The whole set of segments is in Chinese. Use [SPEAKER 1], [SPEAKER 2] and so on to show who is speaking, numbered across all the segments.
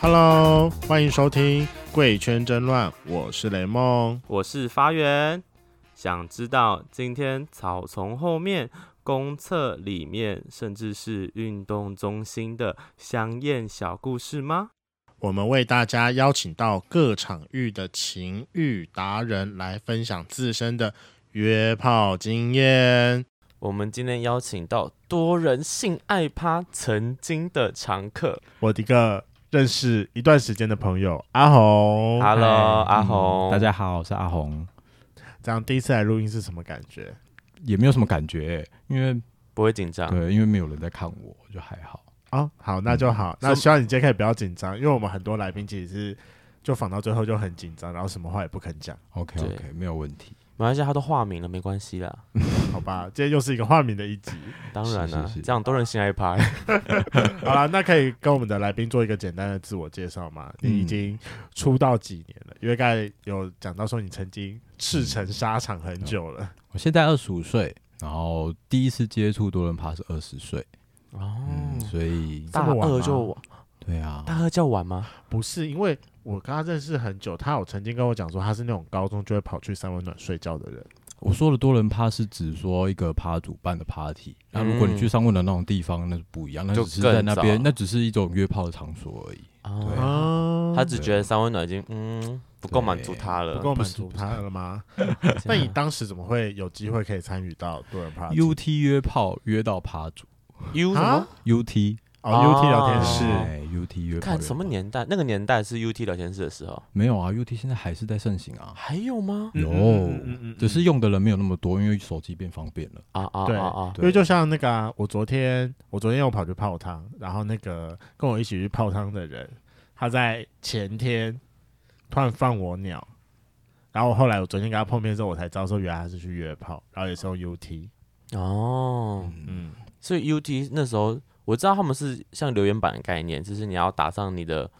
[SPEAKER 1] Hello，欢迎收听《贵圈争乱》，我是雷梦。
[SPEAKER 2] 我是发源。想知道今天草丛后面、公厕里面，甚至是运动中心的香艳小故事吗？
[SPEAKER 1] 我们为大家邀请到各场域的情欲达人来分享自身的约炮经验。
[SPEAKER 2] 我们今天邀请到多人性爱趴曾经的常客
[SPEAKER 1] 我的个认识一段时间的朋友阿红
[SPEAKER 2] ，Hello，阿
[SPEAKER 3] 嗯
[SPEAKER 2] 红，
[SPEAKER 3] 大家好，我是阿红，
[SPEAKER 1] 哎这样第一次来录音是什么感觉？
[SPEAKER 3] 也没有什么感觉、因为
[SPEAKER 2] 不会紧张，
[SPEAKER 3] 对，因为没有人在看我，就还好。
[SPEAKER 1] 哦，好，那
[SPEAKER 3] 嗯
[SPEAKER 1] 就好。那希望你今天可以不要紧张，因为我们很多来宾其实是就访到最后就很紧张，然后什么话也不肯讲，
[SPEAKER 3] OK
[SPEAKER 2] 对
[SPEAKER 3] OK，没有问题。
[SPEAKER 2] 没关系，他都化名了，没关系啦。
[SPEAKER 1] 好吧？今天又是一个化名的一集。
[SPEAKER 2] 当然啦、
[SPEAKER 3] 是是是
[SPEAKER 2] 这样多人性爱趴，
[SPEAKER 1] 好了，那可以跟我们的来宾做一个简单的自我介绍吗？你已
[SPEAKER 3] 嗯
[SPEAKER 1] 经出道几年了？因为刚才有讲到说你曾经赤
[SPEAKER 3] 嗯
[SPEAKER 1] 诚沙场很久了，
[SPEAKER 3] 我现在二十五岁，然后第一次接触多人趴是二十岁，
[SPEAKER 2] 哦，
[SPEAKER 3] 嗯，所以
[SPEAKER 1] 这
[SPEAKER 2] 大
[SPEAKER 1] 么晚
[SPEAKER 2] 二
[SPEAKER 1] 吗
[SPEAKER 2] 就晚
[SPEAKER 3] 对啊，
[SPEAKER 2] 大二叫晚吗？
[SPEAKER 1] 不是因为我跟他认识很久，他有曾经跟我讲说他是那种高中就会跑去三温暖睡觉的人。
[SPEAKER 3] 我说的多人趴是指说一个趴主办的 party，那如果你去上问的那种地方，那是不一样，那
[SPEAKER 2] 嗯就
[SPEAKER 3] 只是在那
[SPEAKER 2] 更
[SPEAKER 3] 边，
[SPEAKER 2] 早
[SPEAKER 3] 那只是一种约炮的场所而已。对
[SPEAKER 2] 哦，
[SPEAKER 1] 哦
[SPEAKER 2] 他只觉得三温暖已经嗯不够满足他了，
[SPEAKER 1] 不够
[SPEAKER 3] 不
[SPEAKER 1] 满
[SPEAKER 3] 是
[SPEAKER 1] 足
[SPEAKER 3] 不是
[SPEAKER 1] 他了吗？
[SPEAKER 2] 天啊
[SPEAKER 1] 那你当时怎么会有机会可以参与到多人 party？
[SPEAKER 3] UT 约炮约到趴主
[SPEAKER 2] U 什
[SPEAKER 1] 啊
[SPEAKER 2] 么？
[SPEAKER 3] ，UT
[SPEAKER 1] 哦
[SPEAKER 2] 啊
[SPEAKER 1] ，UT 聊天室，
[SPEAKER 3] 哎 UT 约炮
[SPEAKER 2] 看什么
[SPEAKER 3] 约炮
[SPEAKER 2] 年代？那个年代是 UT 聊天室的时候，
[SPEAKER 3] 没有啊？UT 现在还是在盛行啊。
[SPEAKER 2] 还有吗？
[SPEAKER 1] 嗯
[SPEAKER 3] 有
[SPEAKER 1] 嗯嗯嗯嗯嗯，
[SPEAKER 3] 只是用的人没有那么多，因为手机变方便了。
[SPEAKER 2] 啊啊
[SPEAKER 1] 对
[SPEAKER 2] 啊啊！
[SPEAKER 1] 因为就像那个、啊，我昨天我昨天又跑去泡汤，然后那个跟我一起去泡汤的人，他在前天突然放我鸟，然后我后来我昨天跟他碰面之后，我才知道说原来他是去约炮，然后也是用 UT，
[SPEAKER 2] 哦，
[SPEAKER 1] 嗯，
[SPEAKER 2] 所以 UT 那时候我知道他们是像留言板的概念，就是你要打上你的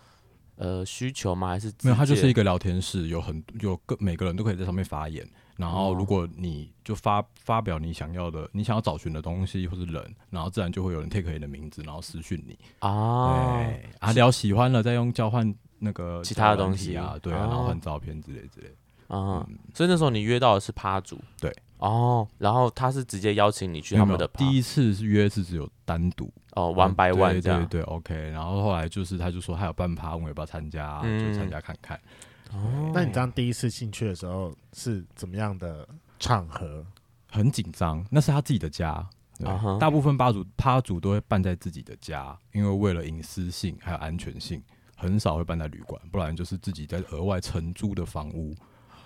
[SPEAKER 2] 呃需求吗？还是
[SPEAKER 3] 没有，它就是一
[SPEAKER 2] 个
[SPEAKER 3] 个聊天室，有很有个每个人都可以在上面发言。然
[SPEAKER 2] 哦
[SPEAKER 3] 后，如果你就发发表你想要的、你想要找寻的东西或是人，然后自然就会有人 take 你的名字，然后私讯你。
[SPEAKER 2] 啊？
[SPEAKER 3] 对啊，聊喜欢了再用交换那个
[SPEAKER 2] 其他的
[SPEAKER 3] 交友软体
[SPEAKER 2] 东西
[SPEAKER 3] 啊，对啊，
[SPEAKER 2] 哦
[SPEAKER 3] 然后换照片之类之类的。
[SPEAKER 2] 啊，所以那时候你约到的是趴主，
[SPEAKER 3] 嗯对，
[SPEAKER 2] 哦，然后他是直接邀请你去
[SPEAKER 3] 没有
[SPEAKER 2] 他
[SPEAKER 3] 没
[SPEAKER 2] 们
[SPEAKER 3] 有
[SPEAKER 2] 的趴
[SPEAKER 3] 第一次是约是只有单独
[SPEAKER 2] 哦，one by
[SPEAKER 3] 对
[SPEAKER 2] one 这样
[SPEAKER 3] 对，对对，OK。然后后来就是他就说他有办趴，问我要不要参加，
[SPEAKER 2] 嗯
[SPEAKER 3] 就参加看看。
[SPEAKER 2] 哦
[SPEAKER 1] 嗯那你这样第一次进去的时候是怎么样的场合？
[SPEAKER 3] 很紧张，那是他自己的家。对
[SPEAKER 2] 啊哈
[SPEAKER 3] 大部分吧主趴主都会办在自己的家，因为为了隐私性还有安全性，很少会办在旅馆，不然就是自己在额外承租的房屋。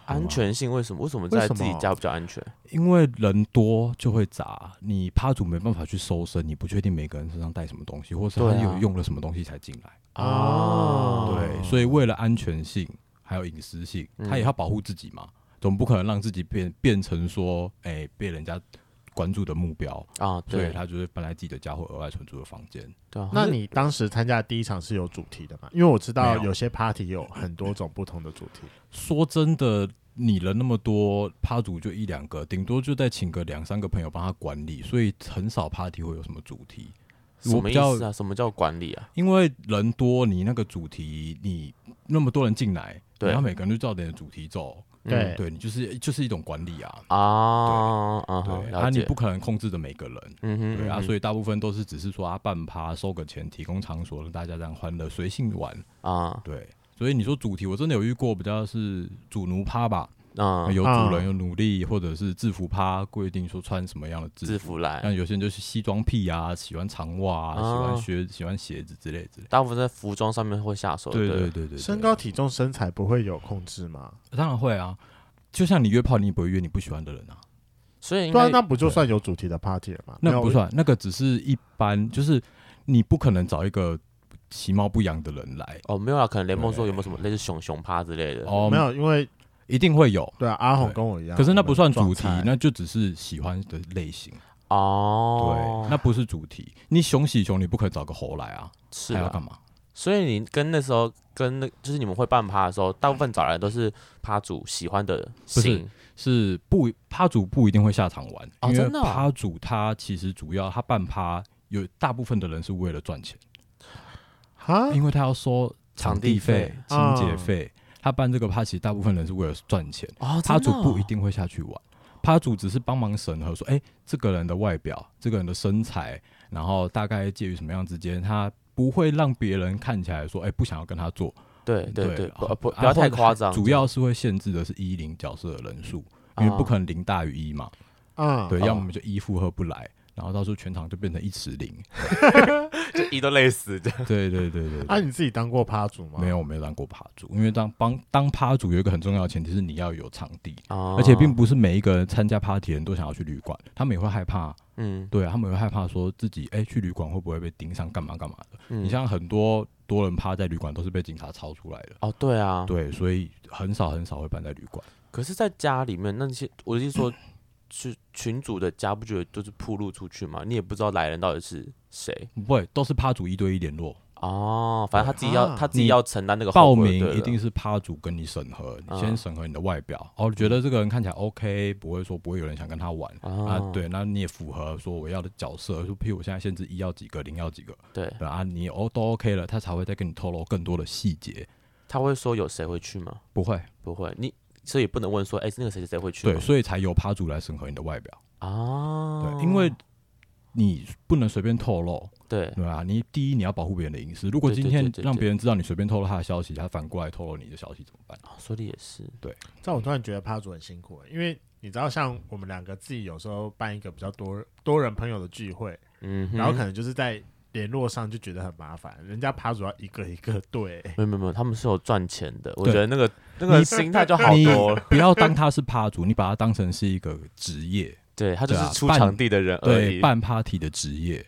[SPEAKER 2] 安全性为什么？为什么
[SPEAKER 1] 为
[SPEAKER 2] 在
[SPEAKER 1] 什
[SPEAKER 2] 自己
[SPEAKER 1] 么
[SPEAKER 2] 家比较安全？
[SPEAKER 3] 因为人多就会杂，你趴主没办法去搜身，你不确定每个人身上带什么东西，或是他
[SPEAKER 2] 对啊
[SPEAKER 3] 有用了什么东西才进来。
[SPEAKER 2] 哦嗯
[SPEAKER 3] 对，所以为了安全性还有隐私性，他也要保护自己嘛，总不可能让自己变变成说，哎、被人家关注的目标，
[SPEAKER 2] 啊，
[SPEAKER 3] 所以
[SPEAKER 2] 对，
[SPEAKER 3] 他就是搬在自己的家或额外存租的房间。
[SPEAKER 2] 对啊，
[SPEAKER 1] 那
[SPEAKER 2] 可是
[SPEAKER 1] 你当时参加的第一场是有主题的吗？因为我知道
[SPEAKER 3] 没有
[SPEAKER 1] 有些 party 有很多种不同的主题。
[SPEAKER 3] 说真的，你人那么多，趴主就一两个，顶多就再请个两三个朋友帮他管理，所以很少 party 会有什么主题。
[SPEAKER 2] 什
[SPEAKER 3] 我
[SPEAKER 2] 么
[SPEAKER 3] 比
[SPEAKER 2] 意
[SPEAKER 3] 较
[SPEAKER 2] 思啊？什么叫管理啊？
[SPEAKER 3] 因为人多，你那个主题，你那么多人进来，
[SPEAKER 2] 对
[SPEAKER 3] 然后每个人就照点主题走，
[SPEAKER 1] 嗯对
[SPEAKER 3] 对你就是就是一种管理啊，
[SPEAKER 2] 啊啊哈，
[SPEAKER 3] 对，啊
[SPEAKER 2] 了
[SPEAKER 3] 你
[SPEAKER 2] 解。
[SPEAKER 3] 不可能控制着每个人，
[SPEAKER 2] 嗯哼，
[SPEAKER 3] 对啊，
[SPEAKER 2] 以
[SPEAKER 3] 所以大部分都是只是说啊半趴收个钱，提供场所让大家这样欢乐随性玩，
[SPEAKER 2] 啊，
[SPEAKER 3] 对，所以你说主题，我真的有遇过比较是主奴趴吧，
[SPEAKER 2] 嗯，
[SPEAKER 3] 有
[SPEAKER 1] 啊
[SPEAKER 3] 主人有奴隶，或者是制服趴规定说穿什么样的
[SPEAKER 2] 制
[SPEAKER 3] 制服，
[SPEAKER 2] 服来，
[SPEAKER 3] 像有些人就是西装癖啊，喜欢长袜啊，喜
[SPEAKER 2] 啊
[SPEAKER 3] 欢靴，喜欢鞋子之类之类。
[SPEAKER 2] 大部分在服装上面会下手，
[SPEAKER 3] 哦对
[SPEAKER 2] 不
[SPEAKER 3] 对对对对，
[SPEAKER 1] 身高、体重、身材不会有控制吗？
[SPEAKER 3] 当然会啊，就像你约炮，你也不会约你不喜欢的人啊，
[SPEAKER 2] 所以应
[SPEAKER 1] 对啊，
[SPEAKER 2] 该
[SPEAKER 1] 那不就算有主题的 party 了吗？
[SPEAKER 3] 那
[SPEAKER 1] 没
[SPEAKER 3] 个
[SPEAKER 1] 有
[SPEAKER 3] 不算，那个只是一般，就是你不可能找一个其貌不扬的人来
[SPEAKER 2] 哦没有啦，可能雷蒙说有没有什么类似熊熊趴之类的？
[SPEAKER 3] 哦，
[SPEAKER 1] 没，有，因为
[SPEAKER 3] 一定会有。
[SPEAKER 1] 对啊，阿红
[SPEAKER 3] 对
[SPEAKER 1] 跟我一样，
[SPEAKER 3] 可是那不算主
[SPEAKER 1] 我们
[SPEAKER 3] 题
[SPEAKER 1] 撞，菜
[SPEAKER 3] 那就只是喜欢的类型。
[SPEAKER 2] 哦
[SPEAKER 3] 对，，那不是主题。你熊喜熊，你不可能找个猴来啊，
[SPEAKER 2] 是
[SPEAKER 3] 还要干
[SPEAKER 2] 啦。
[SPEAKER 3] 嘛？
[SPEAKER 2] 所以你跟那时候跟那就是你们会办趴的时候，大部分找来的都是趴主喜欢的
[SPEAKER 3] 是
[SPEAKER 2] 型
[SPEAKER 3] 是不趴主不一定会下场玩，
[SPEAKER 2] 哦
[SPEAKER 3] 因为
[SPEAKER 2] 真的哦
[SPEAKER 3] 趴主他其实主要他办趴有大部分的人是为了赚钱，
[SPEAKER 1] 哈，
[SPEAKER 2] 哦
[SPEAKER 3] 因为他要收场地费、清洁费，他办这个趴，其实大部分人是为了赚钱，
[SPEAKER 2] 哦，
[SPEAKER 3] 趴主
[SPEAKER 2] 真的哦
[SPEAKER 3] 不一定会下去玩。趴主只是帮忙审核，说，哎、这个人的外表，这个人的身材，然后大概介于什么样之间，他不会让别人看起来说，哎、不想要跟他做，
[SPEAKER 2] 对对对，不不
[SPEAKER 3] 啊
[SPEAKER 2] 不要
[SPEAKER 3] 或
[SPEAKER 2] 太
[SPEAKER 3] 者
[SPEAKER 2] 夸张，
[SPEAKER 3] 主要是会限制的是一零角色的人数，因为不可能零大于一嘛，
[SPEAKER 1] 嗯，
[SPEAKER 3] 对，
[SPEAKER 2] 哦
[SPEAKER 3] 要么我们就一负荷不来，然后到时候全场就变成一尺零，
[SPEAKER 2] 就一都累死的。
[SPEAKER 3] 对对对对
[SPEAKER 1] 啊，
[SPEAKER 3] 对。
[SPEAKER 1] 你自己当过趴主吗？
[SPEAKER 3] 没有，我没有当过趴主，因为当帮当趴主有一个很重要的前提是你要有场地，
[SPEAKER 2] 而
[SPEAKER 3] 而且
[SPEAKER 2] 哦
[SPEAKER 3] 并不是每一个人参加 party 的人都想要去旅馆，他们也会害怕，
[SPEAKER 2] 嗯，
[SPEAKER 3] 对啊他们也会害怕说自己哎、去旅馆会不会被盯上干嘛干嘛的。
[SPEAKER 2] 你
[SPEAKER 3] 你像很多多人趴在旅馆都是被警察抄出来的，
[SPEAKER 2] 哦，对啊，
[SPEAKER 3] 对，所以很少很少会办在旅馆。
[SPEAKER 2] 可是，在家里面那些，我是 说，是群主的家，不觉得都是铺路出去嘛？你也不知道来人到底是谁
[SPEAKER 3] 不会，都是趴主一对一联络，
[SPEAKER 2] 哦。反正他自己要，
[SPEAKER 1] 啊
[SPEAKER 2] 他自己
[SPEAKER 3] 啊你
[SPEAKER 2] 要承担那个
[SPEAKER 3] 报
[SPEAKER 2] 后果就对
[SPEAKER 3] 名一
[SPEAKER 2] 了
[SPEAKER 3] 定是趴主跟你审核，你
[SPEAKER 2] 嗯
[SPEAKER 3] 先审核你的外表，哦，觉得这个人看起来 OK，不会说不会有人想跟他玩啊
[SPEAKER 2] 哦，，
[SPEAKER 3] 对，那你也符合说我要的角色，就譬如我现在限制一要几个，零要几个，
[SPEAKER 2] 对，
[SPEAKER 3] 对啊，你哦都 OK 了，他才会再跟你透露更多的细节，
[SPEAKER 2] 他会说有谁会去吗？
[SPEAKER 3] 不会，
[SPEAKER 2] 不会，你所以不能问说，哎、那个谁谁谁会去吗？
[SPEAKER 3] 对，所以才由趴主来审核你的外表，
[SPEAKER 2] 啊，
[SPEAKER 3] 对，因为。你不能随便透露，
[SPEAKER 2] 对
[SPEAKER 3] 对啊，你第一你要保护别人的隐私。如果
[SPEAKER 2] 对
[SPEAKER 3] 今
[SPEAKER 2] 对
[SPEAKER 3] 天
[SPEAKER 2] 对对
[SPEAKER 3] 让
[SPEAKER 2] 对
[SPEAKER 3] 别人知道你随便透露他的消息，他反过来透露你的消息怎么办？
[SPEAKER 2] 啊说的也是，
[SPEAKER 1] 但我突然觉得趴主很辛苦、因为你知道，像我们两个自己有时候办一个比较多多人朋友的聚会，
[SPEAKER 2] 嗯哼，
[SPEAKER 1] 然后可能就是在联络上就觉得很麻烦，人家趴主要一个一个对、
[SPEAKER 2] 没有没有没有，他们是有赚钱的，我觉
[SPEAKER 3] 对
[SPEAKER 2] 得那个那个
[SPEAKER 1] 你
[SPEAKER 2] 心态就好
[SPEAKER 3] 你
[SPEAKER 2] 多了。
[SPEAKER 3] 不要当他是趴主，你把他当成是一个职业，
[SPEAKER 2] 对他就
[SPEAKER 3] 对
[SPEAKER 2] 是
[SPEAKER 3] 啊
[SPEAKER 2] 出
[SPEAKER 3] 办
[SPEAKER 2] 场地的人 而
[SPEAKER 3] 对
[SPEAKER 2] 已，
[SPEAKER 3] 办 party 的职业，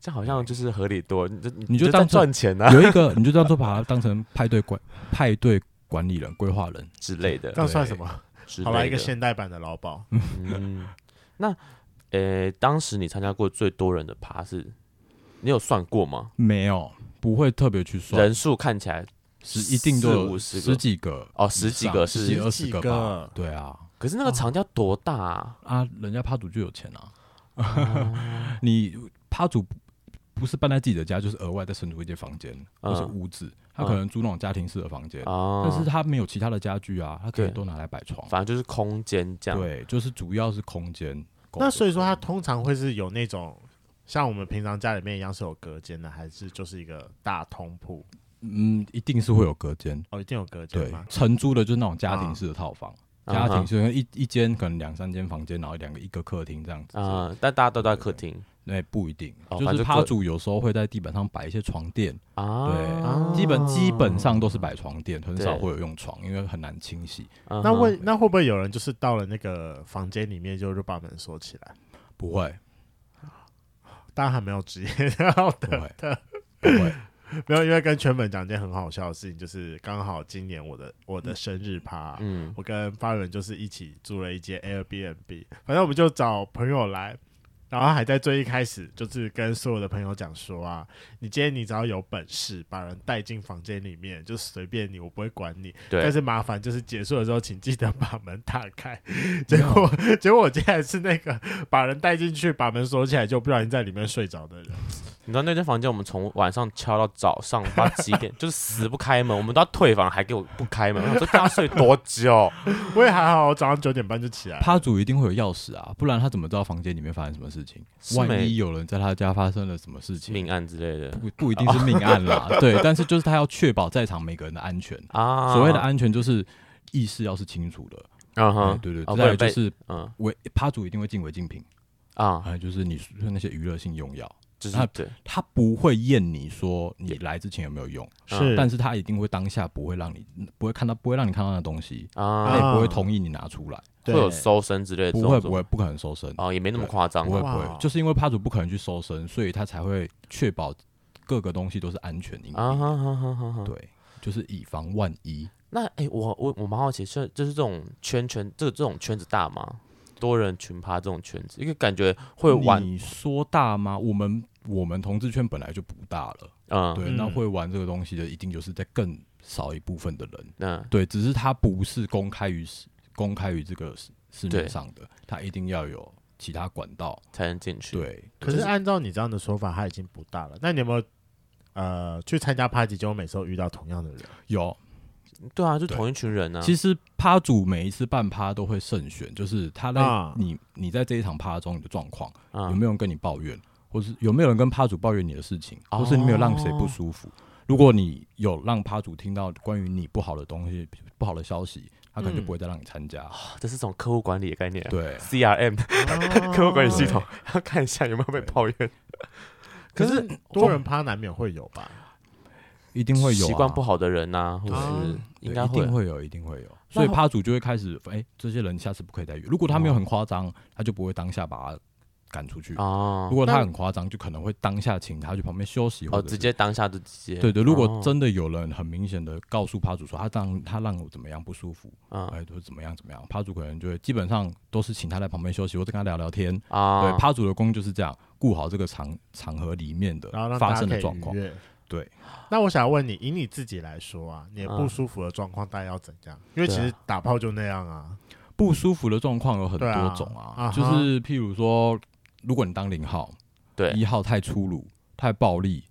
[SPEAKER 2] 这好像就是合理多，你就
[SPEAKER 3] 你就
[SPEAKER 2] 在
[SPEAKER 3] 当成
[SPEAKER 2] 赚钱啊
[SPEAKER 3] 有一个你就当做把它当成派对管 派对管理人、规划人，
[SPEAKER 2] 之类的
[SPEAKER 1] 这。样算什么？
[SPEAKER 2] 之
[SPEAKER 1] 好吧，
[SPEAKER 2] 类
[SPEAKER 1] 一个
[SPEAKER 2] 的。
[SPEAKER 1] 现代版的劳保。
[SPEAKER 2] 嗯，那呃，当时你参加过最多人的趴是，你有算过吗？
[SPEAKER 3] 没有不会特别去算，
[SPEAKER 2] 人数看起来
[SPEAKER 3] 十一定都有
[SPEAKER 2] 四五十个
[SPEAKER 3] 十几个
[SPEAKER 2] 哦十几个
[SPEAKER 3] 以上
[SPEAKER 2] 是
[SPEAKER 3] 十几二十个
[SPEAKER 1] 十几
[SPEAKER 3] 吧
[SPEAKER 1] 个？
[SPEAKER 3] 对啊，
[SPEAKER 2] 可是那个场地要多大啊？
[SPEAKER 3] 啊，人家趴主就有钱啊，
[SPEAKER 2] 哦
[SPEAKER 3] 你趴主不不是搬在自己的家，就是额外再生出一间房间或是
[SPEAKER 2] 嗯
[SPEAKER 3] 屋子，他
[SPEAKER 2] 嗯
[SPEAKER 3] 可能租那种家庭式的房间，
[SPEAKER 2] 啊，
[SPEAKER 3] 但是他没有其他的家具啊，他可以
[SPEAKER 2] 对
[SPEAKER 3] 都拿来摆床。
[SPEAKER 2] 反正就是空间这样。
[SPEAKER 3] 对，就是主要是空间。
[SPEAKER 1] 那所以说，它通常会是有那种像我们平常家里面一样是有隔间的，还是就是一个大通铺？
[SPEAKER 3] 嗯，一定是会有隔间，
[SPEAKER 1] 哦，一定有隔间
[SPEAKER 3] 对
[SPEAKER 1] 吗，？
[SPEAKER 3] 承租的就是那种家庭式的套房，
[SPEAKER 2] 啊
[SPEAKER 3] 家庭
[SPEAKER 2] 哈
[SPEAKER 3] 式的一一间可能两三间房间，然后两个一个客厅这样子。啊，
[SPEAKER 2] 啊，但大家都在客厅
[SPEAKER 3] 那、不一定，
[SPEAKER 2] 哦
[SPEAKER 3] 就
[SPEAKER 2] 反
[SPEAKER 3] 是
[SPEAKER 2] 正
[SPEAKER 3] 趴
[SPEAKER 2] 各
[SPEAKER 3] 主有时候会在地板上摆一些床垫，
[SPEAKER 2] 啊。
[SPEAKER 1] 啊
[SPEAKER 3] 基本基本上都是摆床垫，很
[SPEAKER 2] 对
[SPEAKER 3] 少会有用床，因为很难清洗。
[SPEAKER 2] 嗯哼
[SPEAKER 1] 那会那会不会有人就是到了那个房间里面就就把门锁起来？
[SPEAKER 3] 不会，
[SPEAKER 1] 当然还没有职业 道
[SPEAKER 3] 不
[SPEAKER 1] 德，
[SPEAKER 3] 会，不会。
[SPEAKER 1] 没有，因为跟全粉讲一件很好笑的事情，就是刚好今年我的我的生日趴，
[SPEAKER 2] 嗯
[SPEAKER 1] 我跟发源就是一起租了一间 Airbnb，反正我们就找朋友来，然后还在最一开始就是跟所有的朋友讲说啊，你今天你只要有本事把人带进房间里面，就随便你，我不会管你，但
[SPEAKER 2] 对
[SPEAKER 1] 是麻烦就是结束的时候，请记得把门打开。 结果结果我竟然是那个把人带进去，把门锁起来，就不小心在里面睡着的人。
[SPEAKER 2] 你知道那间房间我们从晚上敲到早上八几 点，就是死不开门，我们都要退房还给我不开门，我说他睡多久？
[SPEAKER 1] 我也还好，我早上九点半就起来了。
[SPEAKER 3] 趴主一定会有钥匙啊，不然他怎么知道房间里面发生什么事情？
[SPEAKER 2] 是
[SPEAKER 3] 万
[SPEAKER 2] 没
[SPEAKER 3] 一有人在他家发生了什么事情，
[SPEAKER 2] 命案之类的
[SPEAKER 3] 不不一定是命案 啦，对，但是就是他要确保在场每个人的安全。
[SPEAKER 2] 啊。
[SPEAKER 3] 所谓的安全就是意识要是清楚的，
[SPEAKER 2] 嗯
[SPEAKER 3] 啊，
[SPEAKER 2] 哼，
[SPEAKER 3] 对对
[SPEAKER 2] 哦
[SPEAKER 3] 对，再来
[SPEAKER 2] 不
[SPEAKER 3] 就
[SPEAKER 2] 然被
[SPEAKER 3] 是
[SPEAKER 2] 嗯
[SPEAKER 3] 违趴主一定会进违禁品，
[SPEAKER 2] 啊，
[SPEAKER 3] 还有就是你说那些娱乐性用药，
[SPEAKER 2] 就是
[SPEAKER 3] 那
[SPEAKER 2] 对
[SPEAKER 3] 他不会验你说你来之前有没有用，
[SPEAKER 1] 是，
[SPEAKER 2] 啊
[SPEAKER 3] 但是他一定会当下不会让你不会看到不会让你看到那东西，他
[SPEAKER 2] 啊，
[SPEAKER 3] 也不会同意你拿出来，
[SPEAKER 2] 会
[SPEAKER 1] 对
[SPEAKER 2] 有搜身之类的这
[SPEAKER 3] 不
[SPEAKER 2] 种，
[SPEAKER 3] 会不会不可能搜身，
[SPEAKER 2] 哦，也没那么
[SPEAKER 3] 对
[SPEAKER 2] 夸张
[SPEAKER 3] 不会
[SPEAKER 2] 啊，
[SPEAKER 3] 不
[SPEAKER 1] 哇
[SPEAKER 3] 会，就是因为趴主不可能去搜身，所以他才会确保各个东西都是安全隐
[SPEAKER 2] 啊
[SPEAKER 3] 蔽的，
[SPEAKER 2] 哈哈哈哈哈。
[SPEAKER 3] 对，就是以防万一。
[SPEAKER 2] 那哎，我我我蛮好奇，是就是这种圈圈，这个这种圈子大吗？多人群趴这种圈子，因为感觉会玩，
[SPEAKER 3] 你说大吗？我们我们同志圈本来就不大了，
[SPEAKER 2] 嗯，
[SPEAKER 3] 对，
[SPEAKER 1] 嗯
[SPEAKER 3] 那会玩这个东西的一定就是在更少一部分的人，
[SPEAKER 2] 嗯，
[SPEAKER 3] 对，只是他不是公开于市公开于这个市市
[SPEAKER 2] 对
[SPEAKER 3] 面上的，他一定要有其他管道，
[SPEAKER 2] 才能进去。
[SPEAKER 3] 对，
[SPEAKER 1] 可
[SPEAKER 3] 就是
[SPEAKER 1] 按照你这样的说法，他已经不大了。那你有没有呃去参加 party，结果每次都遇到同样的人，
[SPEAKER 3] 有，
[SPEAKER 2] 对啊，就
[SPEAKER 3] 对
[SPEAKER 2] 同一群人啊。
[SPEAKER 3] 其
[SPEAKER 2] 实
[SPEAKER 3] 实趴主每一次办趴都会慎选，就是他在
[SPEAKER 1] 啊
[SPEAKER 3] 你你在这一场趴中你的状况，
[SPEAKER 2] 啊
[SPEAKER 3] 有没有人跟你抱怨，或是有没有人跟趴主抱怨你的事情，或是你没有让谁不
[SPEAKER 2] 哦
[SPEAKER 3] 舒服。如果你有让趴主听到关于你不好的东西、不好的消息，他可能就
[SPEAKER 2] 嗯
[SPEAKER 3] 不会再让你参加。
[SPEAKER 2] 这是种客户管理的概念啊。
[SPEAKER 3] 对，
[SPEAKER 2] CRM 客户管理系
[SPEAKER 3] 对
[SPEAKER 2] 统， 要看一下有没有被
[SPEAKER 3] 对
[SPEAKER 2] 抱怨。
[SPEAKER 1] 可
[SPEAKER 2] 可
[SPEAKER 1] 是
[SPEAKER 2] 是
[SPEAKER 1] 多人趴难免会有吧？
[SPEAKER 3] 一定会有
[SPEAKER 2] 习惯
[SPEAKER 3] 啊
[SPEAKER 2] 不好的人呐、或是
[SPEAKER 1] 啊
[SPEAKER 2] 应
[SPEAKER 3] 对
[SPEAKER 2] 该
[SPEAKER 3] 一
[SPEAKER 2] 会
[SPEAKER 3] 定会有，一定会有。
[SPEAKER 2] 那
[SPEAKER 3] 所以
[SPEAKER 2] 后
[SPEAKER 3] 趴主就会开始，哎、这些人下次不可以再约。如果他没
[SPEAKER 2] 哦
[SPEAKER 3] 有很夸张，他就不会当下把他赶出去；
[SPEAKER 2] 啊
[SPEAKER 3] 如。果
[SPEAKER 1] 那
[SPEAKER 3] 他很夸张，就可能会当下请他去旁边休息，或
[SPEAKER 2] 哦，
[SPEAKER 3] 者
[SPEAKER 2] 直
[SPEAKER 3] 是
[SPEAKER 2] 接当下就直接。
[SPEAKER 3] 对对。如果
[SPEAKER 2] 哦
[SPEAKER 3] 真的有人很明显的告诉趴主说他让他让我怎么样不舒服，
[SPEAKER 2] 嗯
[SPEAKER 3] 哎，都是怎么样怎么样，趴主可能就会基本上都是请他在旁边休息，或者跟他聊聊天。
[SPEAKER 2] 啊，
[SPEAKER 3] 对，趴主的功就是这样，顾好这个场场合里面的
[SPEAKER 1] 然后让大
[SPEAKER 3] 发
[SPEAKER 1] 家
[SPEAKER 3] 生
[SPEAKER 1] 可
[SPEAKER 3] 的
[SPEAKER 1] 以
[SPEAKER 3] 状况
[SPEAKER 1] 愉。悦
[SPEAKER 3] 对。
[SPEAKER 1] 那我想问你，以你自己来说啊，你不
[SPEAKER 2] 嗯
[SPEAKER 1] 舒服的状况大概要怎样？因为其
[SPEAKER 2] 对啊
[SPEAKER 1] 实打炮就那样啊。
[SPEAKER 3] 不舒服的状况有很
[SPEAKER 1] 对啊
[SPEAKER 3] 多种
[SPEAKER 1] 啊
[SPEAKER 3] 啊，
[SPEAKER 1] 哈
[SPEAKER 3] 就是譬如说，如果你当零号，
[SPEAKER 2] 对
[SPEAKER 3] 一号太粗鲁、太暴力，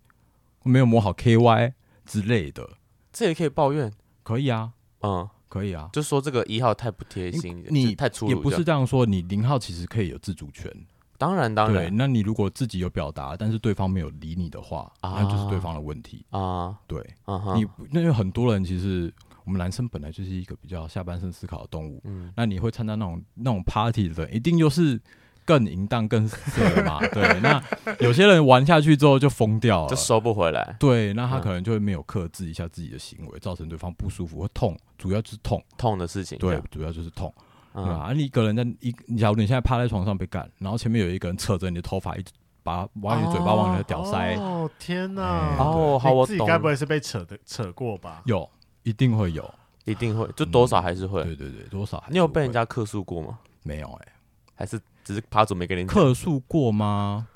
[SPEAKER 3] 没有磨好 KY 之类的，
[SPEAKER 2] 这也可以抱怨。
[SPEAKER 3] 可以啊，
[SPEAKER 2] 嗯，
[SPEAKER 3] 可以啊，
[SPEAKER 2] 就说这个一号太不贴心，
[SPEAKER 3] 你
[SPEAKER 2] 就太粗
[SPEAKER 3] 也
[SPEAKER 2] 鲁这样，
[SPEAKER 3] 不是这样说，你零号其实可以有自主权，
[SPEAKER 2] 当然当
[SPEAKER 3] 对，
[SPEAKER 2] 然
[SPEAKER 3] 那你如果自己有表达，但是对方没有理你的话，
[SPEAKER 2] 啊
[SPEAKER 3] 那就是对方的问题，
[SPEAKER 2] 啊，
[SPEAKER 3] 对，
[SPEAKER 2] 嗯哼，
[SPEAKER 3] 你不那有很多人其实我们男生本来就是一个比较下半身思考的动物，
[SPEAKER 2] 嗯
[SPEAKER 3] 那你会参加那种那种 party 的人，一定就是更淫荡、更色 的嘛。对，那有些人玩下去之后就疯掉
[SPEAKER 2] 就
[SPEAKER 3] 了，
[SPEAKER 2] 收不回来，
[SPEAKER 3] 对，那他
[SPEAKER 2] 嗯
[SPEAKER 3] 可能就会没有克制一下自己的行为，造成对方不舒服或痛，主要就是痛，
[SPEAKER 2] 痛的事情。这
[SPEAKER 3] 对
[SPEAKER 2] 样，，
[SPEAKER 3] 主要就是痛，对吧？
[SPEAKER 2] 嗯，
[SPEAKER 3] 啊，你一个人在一，假如你现在趴在床上被干，然后前面有一个人扯着你的头发，一直把往你的嘴巴、往你的屌塞，
[SPEAKER 1] 哦天哪！
[SPEAKER 3] 哎对
[SPEAKER 2] 哦，好，
[SPEAKER 1] 你
[SPEAKER 2] 我
[SPEAKER 1] 自己
[SPEAKER 2] 懂
[SPEAKER 1] 该
[SPEAKER 2] 了，
[SPEAKER 1] 不会是被扯的扯过吧？
[SPEAKER 3] 有一定会有，
[SPEAKER 2] 一定会，就多少还是会。
[SPEAKER 3] 嗯对对对，多少还是
[SPEAKER 2] 你有被人
[SPEAKER 3] 会
[SPEAKER 2] 家客诉过吗？
[SPEAKER 3] 没有哎、
[SPEAKER 2] 还是只是趴主没跟你讲？
[SPEAKER 3] 客诉过吗？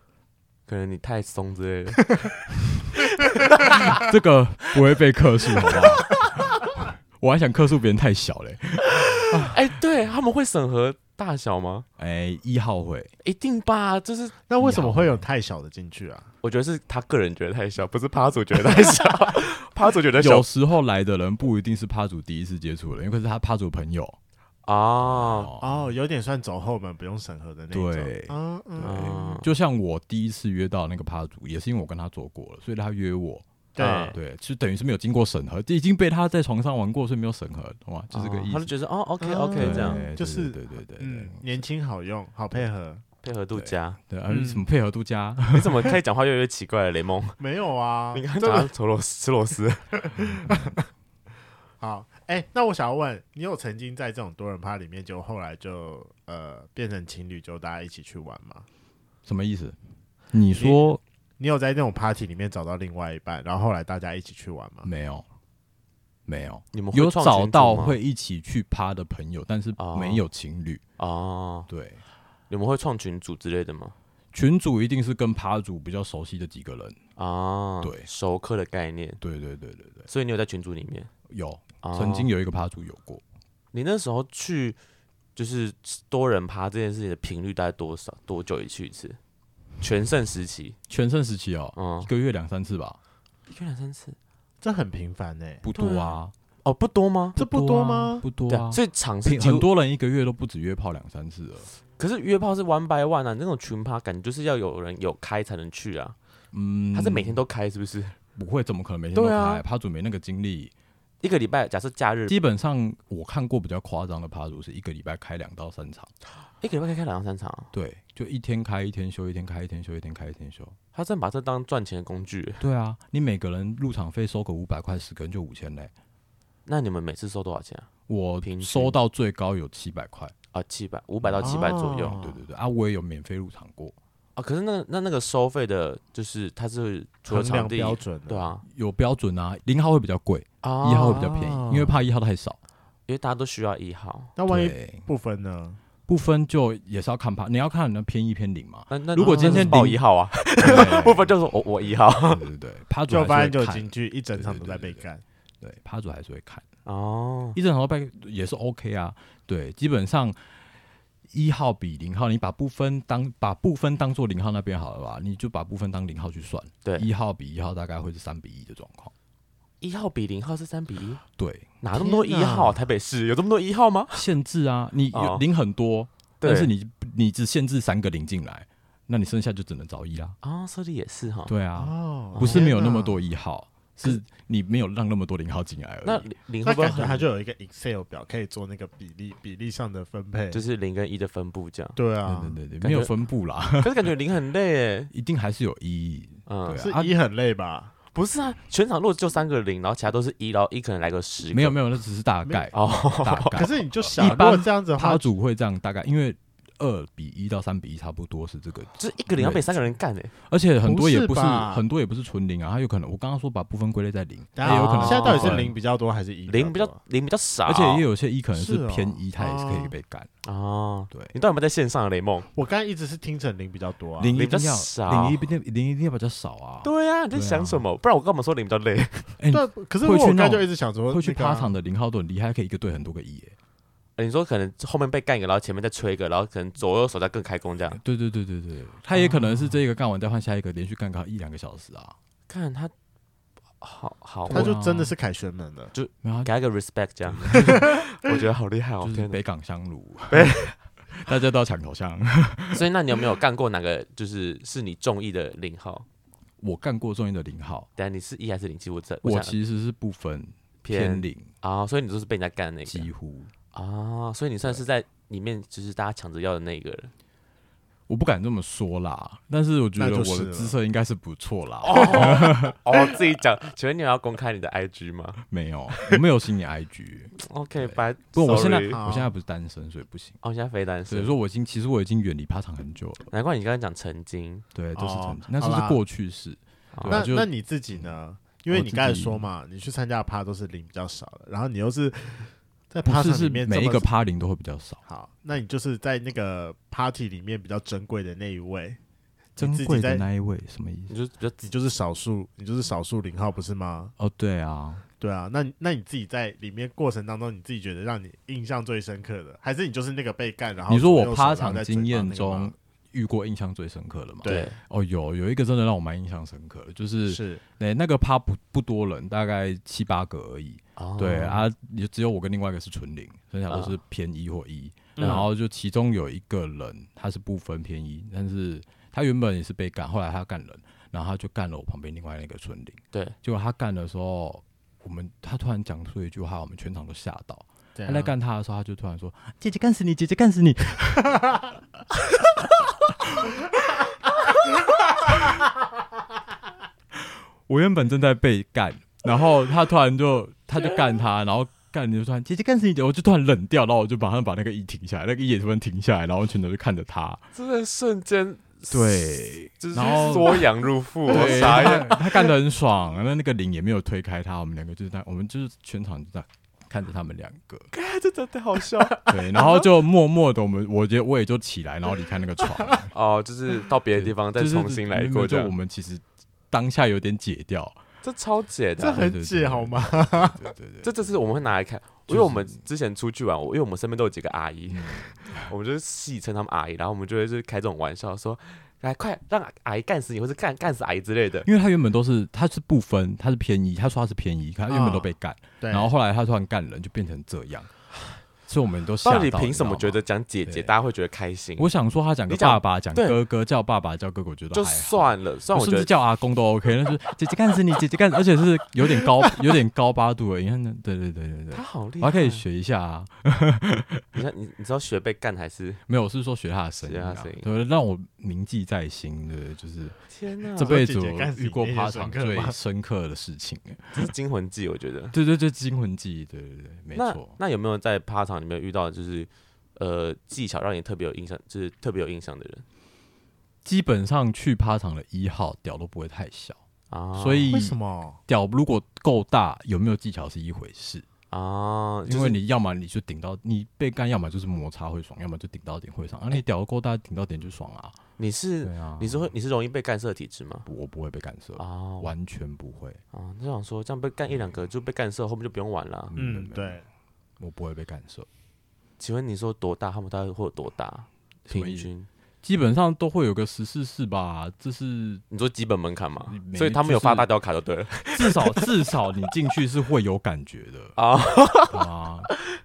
[SPEAKER 2] 可能你太松之类的。
[SPEAKER 3] 这个不会被克数，好不好？ 我还想克数别人太小嘞。
[SPEAKER 2] 哎，对他们会审核大小吗？
[SPEAKER 3] 哎、一号会，
[SPEAKER 2] 一定吧，就是
[SPEAKER 1] 那为什么会有太小的进去啊？
[SPEAKER 2] 我觉得是他个人觉得太小，不是趴主觉得太小， 趴主觉得哎小
[SPEAKER 3] 有时候来的人不一定是趴主第一次接触的人，因为是他趴主的朋友。
[SPEAKER 2] 啊，
[SPEAKER 1] 哦，有点算走后门不用审核的那种。
[SPEAKER 3] 对
[SPEAKER 1] 嗯嗯，
[SPEAKER 2] 嗯
[SPEAKER 3] 就像我第一次约到那个趴主，也是因为我跟他做过了，所以他约我。
[SPEAKER 2] 嗯
[SPEAKER 1] 对
[SPEAKER 3] 对，就等于是没有经过审核，已经被他在床上玩过，所以没有审核，懂吗？就这个
[SPEAKER 2] 哦
[SPEAKER 3] 意
[SPEAKER 2] 他
[SPEAKER 3] 思
[SPEAKER 2] 就。觉得哦，OK
[SPEAKER 1] 嗯
[SPEAKER 2] OK
[SPEAKER 1] 得
[SPEAKER 3] 对
[SPEAKER 2] 这样
[SPEAKER 3] 对对
[SPEAKER 1] 就是
[SPEAKER 3] 对对对对
[SPEAKER 1] 嗯，年轻好用，好配合。
[SPEAKER 2] 配合度
[SPEAKER 3] 对
[SPEAKER 2] 佳。
[SPEAKER 3] 对，而
[SPEAKER 1] 嗯
[SPEAKER 3] 什么配合度加，
[SPEAKER 2] 你怎么开始讲话越来越奇怪了，雷蒙？
[SPEAKER 1] 没有啊，
[SPEAKER 2] 你刚
[SPEAKER 1] 真的
[SPEAKER 2] 刚吃螺丝吃螺丝，
[SPEAKER 1] 好。哎、那我想要问，你有曾经在这种多人趴里面，就后来就呃变成情侣，就大家一起去玩吗？
[SPEAKER 3] 什么意思？你说
[SPEAKER 1] 你有在那种 party 里面找到另外一半，然后后来大家一起去玩吗？
[SPEAKER 3] 没有？没有。
[SPEAKER 2] 你们会
[SPEAKER 3] 有
[SPEAKER 2] 创
[SPEAKER 3] 找
[SPEAKER 2] 群组
[SPEAKER 3] 到
[SPEAKER 2] 吗
[SPEAKER 3] 会一起去趴的朋友，但是
[SPEAKER 2] 哦
[SPEAKER 3] 没有情侣。
[SPEAKER 2] 哦，
[SPEAKER 3] 对，
[SPEAKER 2] 你们会创群组之类的吗？
[SPEAKER 3] 群主一定是跟趴主比较熟悉的几个人。
[SPEAKER 2] 啊，
[SPEAKER 3] 对
[SPEAKER 2] 熟客的概念，
[SPEAKER 3] 对对对对对，
[SPEAKER 2] 所以你有在群组里面。
[SPEAKER 3] 有
[SPEAKER 2] 哦
[SPEAKER 3] 曾经有一个趴主有过，
[SPEAKER 2] 你那时候去就是多人趴这件事情的频率大概多少？多久一去一次？全盛时期，
[SPEAKER 3] 全盛时期哦，
[SPEAKER 2] 嗯
[SPEAKER 3] 一，个月两三次吧，
[SPEAKER 2] 一个两三次，
[SPEAKER 1] 这很频繁哎、
[SPEAKER 3] 不多啊，
[SPEAKER 2] 哦，不多吗？
[SPEAKER 1] 这不多吗？
[SPEAKER 3] 不多
[SPEAKER 2] 对
[SPEAKER 3] 啊
[SPEAKER 2] 啊，，所以场是
[SPEAKER 3] 平
[SPEAKER 2] 几乎
[SPEAKER 3] 很，多人一个月都不止约炮两三次了。
[SPEAKER 2] 可是约炮是 one by one 啊，那种群趴感觉就是要有人有开才能去啊。
[SPEAKER 3] 嗯，
[SPEAKER 2] 他是每天都开是不是？
[SPEAKER 3] 不会，怎么可能每天都
[SPEAKER 2] 对啊
[SPEAKER 3] 拍？趴主没那个精力。
[SPEAKER 2] 一个礼拜，假设假日，
[SPEAKER 3] 基本上我看过比较夸张的趴主是一个礼拜开两到三场，
[SPEAKER 2] 一个礼拜可以开两到三场啊，
[SPEAKER 3] 对，就一天开一天休，一天开一天休，一天开一天休。
[SPEAKER 2] 他真的把这当赚钱的工具欸。
[SPEAKER 3] 对啊，你每个人入场费收个五百块，十个人就五千嘞。
[SPEAKER 2] 那你们每次收多少钱啊？
[SPEAKER 3] 我
[SPEAKER 2] 平均
[SPEAKER 3] 收到最高有七百块，
[SPEAKER 2] 啊，七百，五百到七百左右
[SPEAKER 1] 哦
[SPEAKER 3] 对对对啊，我也有免费入场过，
[SPEAKER 2] 啊。可是那那那个收费的，就是它是除了
[SPEAKER 1] 衡
[SPEAKER 2] 场
[SPEAKER 1] 量
[SPEAKER 2] 地，
[SPEAKER 1] 标准
[SPEAKER 2] 对
[SPEAKER 1] 啊，
[SPEAKER 2] 啊，
[SPEAKER 3] 有标准啊，零号会比较贵，
[SPEAKER 2] 啊
[SPEAKER 1] 哦
[SPEAKER 3] 一号会比较便宜，因为怕一号太少。
[SPEAKER 2] 因为大家都需要一号。。
[SPEAKER 1] 那万一
[SPEAKER 3] 对，
[SPEAKER 1] 不分呢？
[SPEAKER 3] 不分就也是要看趴，你要看你的偏一偏零嘛
[SPEAKER 2] 那那
[SPEAKER 3] 如果今天
[SPEAKER 2] 那就是报
[SPEAKER 3] 零
[SPEAKER 2] 一号啊，
[SPEAKER 3] 对
[SPEAKER 2] 不分就说我我一号
[SPEAKER 3] 对对对，趴主
[SPEAKER 1] 就发
[SPEAKER 3] 还
[SPEAKER 1] 现
[SPEAKER 3] 是
[SPEAKER 1] 就
[SPEAKER 3] 会
[SPEAKER 1] 有
[SPEAKER 3] 看
[SPEAKER 1] 金，句一整场都在被干，
[SPEAKER 3] 对，趴主还是会看，
[SPEAKER 2] 哦。
[SPEAKER 3] 一整头被也是 OK 啊，对，基本上。一号比零号，你把部分当把部分当做零号那边好了吧，你就把部分当零号去算，
[SPEAKER 2] 对
[SPEAKER 3] 一号比一号大概会是三比一的 状况。
[SPEAKER 2] 一号比零号是三比一，
[SPEAKER 3] 对，
[SPEAKER 2] 哪那么多一
[SPEAKER 1] 天哪
[SPEAKER 2] 号？啊台北市有这么多一号吗？
[SPEAKER 3] 限制啊，你有
[SPEAKER 2] 哦
[SPEAKER 3] 零很多，
[SPEAKER 2] 对，
[SPEAKER 3] 但是你你只限制三个零进来，那你剩下就只能找一啦。
[SPEAKER 2] 啊，说的也是哈。
[SPEAKER 3] 对啊，
[SPEAKER 1] 哦，
[SPEAKER 3] 不是没有那
[SPEAKER 1] 天
[SPEAKER 3] 么
[SPEAKER 1] 哪，
[SPEAKER 3] 多一号，是你没有让那么多零号进来
[SPEAKER 2] 那
[SPEAKER 3] 而已。
[SPEAKER 2] 零零会
[SPEAKER 1] 那
[SPEAKER 2] 不会
[SPEAKER 1] 感觉
[SPEAKER 2] 很
[SPEAKER 1] 它就有一个 Excel 表可以做那个比例比例上的分配，？
[SPEAKER 2] 就是零跟一的分布这样
[SPEAKER 1] 对啊，
[SPEAKER 3] 对对
[SPEAKER 2] 感
[SPEAKER 3] 对对，没有
[SPEAKER 2] 觉
[SPEAKER 3] 分布啦，
[SPEAKER 2] 可是感觉零很累诶。
[SPEAKER 3] 一定还是有一。
[SPEAKER 2] 嗯
[SPEAKER 3] 对，啊
[SPEAKER 1] 是一很累吧？
[SPEAKER 2] 不是啊，全场如果就三个零，然后其他都是一，然后一可能来个十个，
[SPEAKER 3] 没有没有，那只是大概
[SPEAKER 2] 哦，
[SPEAKER 3] 大概。
[SPEAKER 1] 可是你就想，
[SPEAKER 3] 一
[SPEAKER 1] 如
[SPEAKER 3] 般
[SPEAKER 1] 果这样子的话
[SPEAKER 3] 他，组会这样大概，因为二比一到三比一差不多是这个，
[SPEAKER 2] 就是一个零要被三个人干诶。
[SPEAKER 3] 而且很多也不
[SPEAKER 1] 不
[SPEAKER 3] 是
[SPEAKER 1] 是吧
[SPEAKER 3] 很多也不是纯零啊，它有可能我刚刚说把部分归类在零，
[SPEAKER 1] 等
[SPEAKER 3] 它
[SPEAKER 1] 下
[SPEAKER 3] 也有可能
[SPEAKER 2] 啊
[SPEAKER 1] 现在到底是
[SPEAKER 3] 分
[SPEAKER 1] 零，比较多还是一
[SPEAKER 2] 零比
[SPEAKER 1] 多啊
[SPEAKER 2] 较零比较少，
[SPEAKER 3] 而且也有些一可能
[SPEAKER 1] 是
[SPEAKER 3] 是
[SPEAKER 1] 哦
[SPEAKER 3] 偏一，它也是可以
[SPEAKER 1] 哦
[SPEAKER 3] 被干。
[SPEAKER 2] 哦，
[SPEAKER 3] 对，
[SPEAKER 2] 你到底有没有在线上啊，雷梦？
[SPEAKER 3] 哦
[SPEAKER 1] 我刚才一直是听成零比较多啊，
[SPEAKER 3] 零一
[SPEAKER 2] 零比较
[SPEAKER 3] 定要
[SPEAKER 2] 少
[SPEAKER 3] 零一定零一定要比较少啊。
[SPEAKER 2] 对啊，你在
[SPEAKER 3] 对啊
[SPEAKER 2] 想什么？不然我干嘛说零比较累？
[SPEAKER 3] 哎，
[SPEAKER 1] 对，可是
[SPEAKER 3] 会
[SPEAKER 1] 我
[SPEAKER 3] 去
[SPEAKER 1] 刚
[SPEAKER 3] 那
[SPEAKER 1] 才
[SPEAKER 3] 种
[SPEAKER 1] 就一直想说
[SPEAKER 3] 会去
[SPEAKER 1] 那个啊
[SPEAKER 3] 趴场的零号都很厉害，可以一个队很多个一耶。
[SPEAKER 2] 你说可能后面被干一个，然后前面再吹一个，然后可能左右手再更开工这样。
[SPEAKER 3] 对对对对对，他也可能是这个干完再换下一个，连续干个一两个小时啊。
[SPEAKER 2] 看他，好好，
[SPEAKER 1] 他
[SPEAKER 2] 我
[SPEAKER 1] 就真的是凯旋门了。
[SPEAKER 3] 然后
[SPEAKER 2] 给他一个 respect 这样， 我觉得好厉害哦
[SPEAKER 3] 就，是
[SPEAKER 2] 天哪！
[SPEAKER 3] 北港香 炉， 大家都要抢头香。
[SPEAKER 2] 所以那你有没有干过哪个就是是你中意的零号？
[SPEAKER 3] 我干过中间的零号，
[SPEAKER 2] 等下你是一还是零七？我这
[SPEAKER 3] 我
[SPEAKER 2] 想
[SPEAKER 3] 其实是不分偏
[SPEAKER 2] 偏
[SPEAKER 3] 零，
[SPEAKER 2] 啊，所以你就是被人家干那个
[SPEAKER 3] 几乎
[SPEAKER 2] 啊，所以你算是在里面就是大家抢着要的那个人。
[SPEAKER 3] 我不敢这么说啦，但是我觉得
[SPEAKER 1] 那就是
[SPEAKER 3] 我的
[SPEAKER 1] 了
[SPEAKER 3] 姿色应该是不错啦。
[SPEAKER 2] 哦， 哦，自己讲，请问你有要公开你的 IG 吗
[SPEAKER 3] 没有，我没有心 理 IG，
[SPEAKER 2] ？OK，拜。
[SPEAKER 3] 不，我现在
[SPEAKER 2] sorry
[SPEAKER 1] 好
[SPEAKER 3] 我现在不是单身，所以不行。
[SPEAKER 2] 哦，你现在非单
[SPEAKER 3] 所以
[SPEAKER 2] 身，
[SPEAKER 3] 说，我已经其实我已经远离趴场很久了。
[SPEAKER 2] 难怪你刚刚讲曾经，
[SPEAKER 3] 对，这是
[SPEAKER 1] 哦
[SPEAKER 3] 曾经，那
[SPEAKER 1] 好
[SPEAKER 3] 是是
[SPEAKER 1] 啦哦
[SPEAKER 3] 过去式。
[SPEAKER 2] 好
[SPEAKER 3] 对啊
[SPEAKER 1] 那
[SPEAKER 3] 就
[SPEAKER 1] 那你自己呢？因为你刚才说嘛，你去参加的趴都是零比较少的，然后你又是在
[SPEAKER 3] 不
[SPEAKER 1] 趴
[SPEAKER 3] 是
[SPEAKER 1] 上
[SPEAKER 3] 是
[SPEAKER 1] 里面这
[SPEAKER 3] 每一
[SPEAKER 1] 么
[SPEAKER 3] 个趴零都会比较少，
[SPEAKER 1] 好，那你就是在那个 party 里面比较珍贵的那一位，你
[SPEAKER 3] 珍
[SPEAKER 1] 自己
[SPEAKER 3] 贵的
[SPEAKER 1] 在
[SPEAKER 3] 那一位什么意
[SPEAKER 2] 你
[SPEAKER 3] 思？
[SPEAKER 2] 就比较自
[SPEAKER 1] 你就是少数，你就是少数零号，不是吗？
[SPEAKER 3] 哦，对啊，
[SPEAKER 1] 对啊，那你那你自己在里面过程当中，你自己觉得让你印象最深刻的，还是你就是那个被干，然后
[SPEAKER 3] 你说
[SPEAKER 1] 左
[SPEAKER 3] 我
[SPEAKER 1] 右手
[SPEAKER 3] 趴
[SPEAKER 1] 然后
[SPEAKER 3] 场
[SPEAKER 1] 在嘴巴
[SPEAKER 3] 经验
[SPEAKER 1] 那个吗
[SPEAKER 3] 中遇过印象最深刻的嘛？
[SPEAKER 1] 对，
[SPEAKER 3] 哦，有有一个真的让我蛮印象深刻的，就是
[SPEAKER 1] 是
[SPEAKER 3] 那那个趴不不多人，大概七八个而已。
[SPEAKER 2] 哦
[SPEAKER 3] 对啊，也只有我跟另外一个是纯零，剩下都是偏一或一。然后就其中有一个人他是不分偏一，但是他原本也是被干，后来他干人，然后他就干了我旁边另外那个纯零。
[SPEAKER 2] 对，
[SPEAKER 3] 结果他干的时候，我们他突然讲出一句话，我们全场都吓到。
[SPEAKER 1] 这
[SPEAKER 3] 他
[SPEAKER 1] 样
[SPEAKER 3] 在干他的时候，他就突然说：“姐姐干死你，姐姐干死你。”我原本正在被干，然后他突然就他就干他，然后干你就突然姐姐干死你，姐姐我就突然冷掉，然后我就马上把那个一停下来，那个一也突然停下来，然后全都就看着他，
[SPEAKER 2] 真的瞬间，
[SPEAKER 3] 对，
[SPEAKER 2] 就是
[SPEAKER 3] 然后
[SPEAKER 2] 缩阳入腹，我
[SPEAKER 3] 对
[SPEAKER 2] 傻眼。
[SPEAKER 3] 他他干得很爽，那那个铃也没有推开他，我们两个就是在我们就是全场就在看着他们两个，
[SPEAKER 2] 哎这真的好笑
[SPEAKER 3] 对，然后就默默的，我们我觉得我也就起来，然后离开那个床，
[SPEAKER 2] 哦，就是到别的地 方再
[SPEAKER 3] 就是
[SPEAKER 2] 重新来
[SPEAKER 3] 没
[SPEAKER 2] 过
[SPEAKER 3] 有
[SPEAKER 2] 这
[SPEAKER 3] 就我
[SPEAKER 2] 样，
[SPEAKER 3] 们其实当下有点解掉，
[SPEAKER 2] 这超解的
[SPEAKER 1] 这
[SPEAKER 2] 啊。
[SPEAKER 3] 对对
[SPEAKER 1] 很
[SPEAKER 3] 对
[SPEAKER 1] 解好吗？
[SPEAKER 3] 对对对，
[SPEAKER 2] 这这是我们会拿来看，
[SPEAKER 3] 就
[SPEAKER 2] 因
[SPEAKER 3] 是嗯
[SPEAKER 2] 为我们之前出去玩，我因为我们身边都有几个阿姨， 我们就是戏称她们阿姨，然后我们就会就是开这种玩笑说，来快让阿姨干死你，或是干干死阿姨之类的。
[SPEAKER 3] 因为他原本都是他是不分，他是偏一，他说他是偏一，他原本都被干，
[SPEAKER 1] 对，
[SPEAKER 3] 然后后来他突然干人，就变成这样，所以我们都吓
[SPEAKER 2] 到
[SPEAKER 3] 到。
[SPEAKER 2] 底凭什么
[SPEAKER 3] 你
[SPEAKER 2] 觉
[SPEAKER 3] 知道吗
[SPEAKER 2] 得讲姐姐
[SPEAKER 3] 对
[SPEAKER 2] 大家会觉得开心？
[SPEAKER 3] 我想说他讲个
[SPEAKER 2] 你讲
[SPEAKER 3] 爸爸，讲
[SPEAKER 2] 对
[SPEAKER 3] 哥哥，叫爸爸叫哥哥，我觉得
[SPEAKER 2] 就
[SPEAKER 3] 还好
[SPEAKER 2] 算了，算我
[SPEAKER 3] 甚
[SPEAKER 2] 觉
[SPEAKER 3] 至
[SPEAKER 2] 得
[SPEAKER 3] 叫阿公都 OK，但是姐姐干死你，姐姐干死，而且是有点高，有点高八度而已。你看那，对对对对对
[SPEAKER 2] 她，好厉
[SPEAKER 3] 我
[SPEAKER 2] 害，
[SPEAKER 3] 还可以学一下啊。
[SPEAKER 2] 你看你你知道学被干还是
[SPEAKER 3] 没有，我是说学他的声音、
[SPEAKER 2] 学他
[SPEAKER 3] 啊
[SPEAKER 2] 的声音，
[SPEAKER 3] 对，让我铭记在心，对，就是
[SPEAKER 2] 天哪，这
[SPEAKER 3] 这辈子
[SPEAKER 1] 说姐姐干
[SPEAKER 3] 我
[SPEAKER 1] 死
[SPEAKER 3] 遇
[SPEAKER 1] 你
[SPEAKER 3] 过
[SPEAKER 1] 那些
[SPEAKER 3] 趴
[SPEAKER 1] 深
[SPEAKER 3] 场
[SPEAKER 1] 刻
[SPEAKER 3] 最
[SPEAKER 1] 吗
[SPEAKER 3] 深刻的事情。
[SPEAKER 2] 是惊魂记，我觉得。
[SPEAKER 3] 对对对，惊魂记忆，对对对，没
[SPEAKER 2] 那
[SPEAKER 3] 错。
[SPEAKER 2] 那有没有在趴场里面遇到就是呃技巧让你特别有印象，就是特别有印象的人
[SPEAKER 3] 基本上去趴场的一号屌都不会太小，
[SPEAKER 2] 啊？
[SPEAKER 3] 所以
[SPEAKER 1] 为什么？
[SPEAKER 3] 屌如果够大，有没有技巧是一回事，
[SPEAKER 2] 啊，
[SPEAKER 3] 因为
[SPEAKER 2] 你
[SPEAKER 3] 你要么你就顶到你被干，要么就是摩擦会爽，要么就顶到点会爽。啊，你屌够大，顶到点就爽啊。
[SPEAKER 2] 你哎是
[SPEAKER 3] 对啊，
[SPEAKER 2] 你是会你是容易被干涉的体质吗？
[SPEAKER 3] 我不会被干涉，
[SPEAKER 2] 啊
[SPEAKER 3] 完全不会，
[SPEAKER 2] 啊，就想说这
[SPEAKER 1] 嗯
[SPEAKER 2] 啊
[SPEAKER 3] 嗯
[SPEAKER 2] 样被干一两个就被干涉，后面就不用玩了。
[SPEAKER 1] 嗯，对，
[SPEAKER 3] 我不会被干涉。
[SPEAKER 2] 请问你说多大？他们大概会有多大？
[SPEAKER 3] 什么
[SPEAKER 2] 平
[SPEAKER 3] 意思
[SPEAKER 2] 均？
[SPEAKER 3] 基本上都会有个十四式吧，这是
[SPEAKER 2] 你说基本门槛嘛
[SPEAKER 3] 你？没
[SPEAKER 2] 所以他们有发大雕卡就对了
[SPEAKER 3] 至少至少你进去是会有感觉的
[SPEAKER 2] 啊。
[SPEAKER 3] 啊，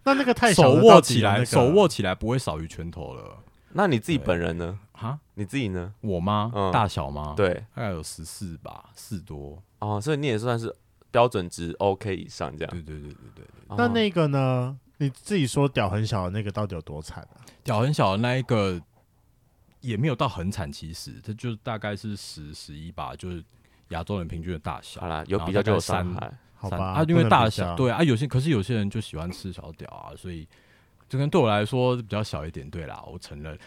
[SPEAKER 1] 那那个太小
[SPEAKER 3] 手
[SPEAKER 1] 了
[SPEAKER 3] 握起
[SPEAKER 1] 到底有那
[SPEAKER 3] 来，
[SPEAKER 1] 个
[SPEAKER 3] 手握起来不会少于拳头了
[SPEAKER 2] 那你自己本人呢？
[SPEAKER 3] 哈，
[SPEAKER 2] 你自己呢？
[SPEAKER 3] 我吗？
[SPEAKER 2] 嗯
[SPEAKER 3] 大小吗？，
[SPEAKER 2] 对
[SPEAKER 3] 大概有十四吧，四多。
[SPEAKER 2] 哦，所以你也算是标准值 OK 以上这样。
[SPEAKER 3] 对对对对对，
[SPEAKER 2] 哦
[SPEAKER 1] 那那个呢？你自己说屌很小的那个到底有多惨啊？
[SPEAKER 3] 脚很小的那一个也没有到很惨，其实它就大概是十十一吧，就是亚洲人平均的大小
[SPEAKER 2] 好。啦，有比较就有伤害。
[SPEAKER 1] 好
[SPEAKER 3] 三
[SPEAKER 1] 吧，
[SPEAKER 3] 啊，因
[SPEAKER 1] 不
[SPEAKER 3] 为
[SPEAKER 1] 能
[SPEAKER 3] 大
[SPEAKER 1] 比较
[SPEAKER 3] 小，对啊，有些可是有些人就喜欢吃小屌啊，所以这跟对我来说比较小一点，对啦，我承认，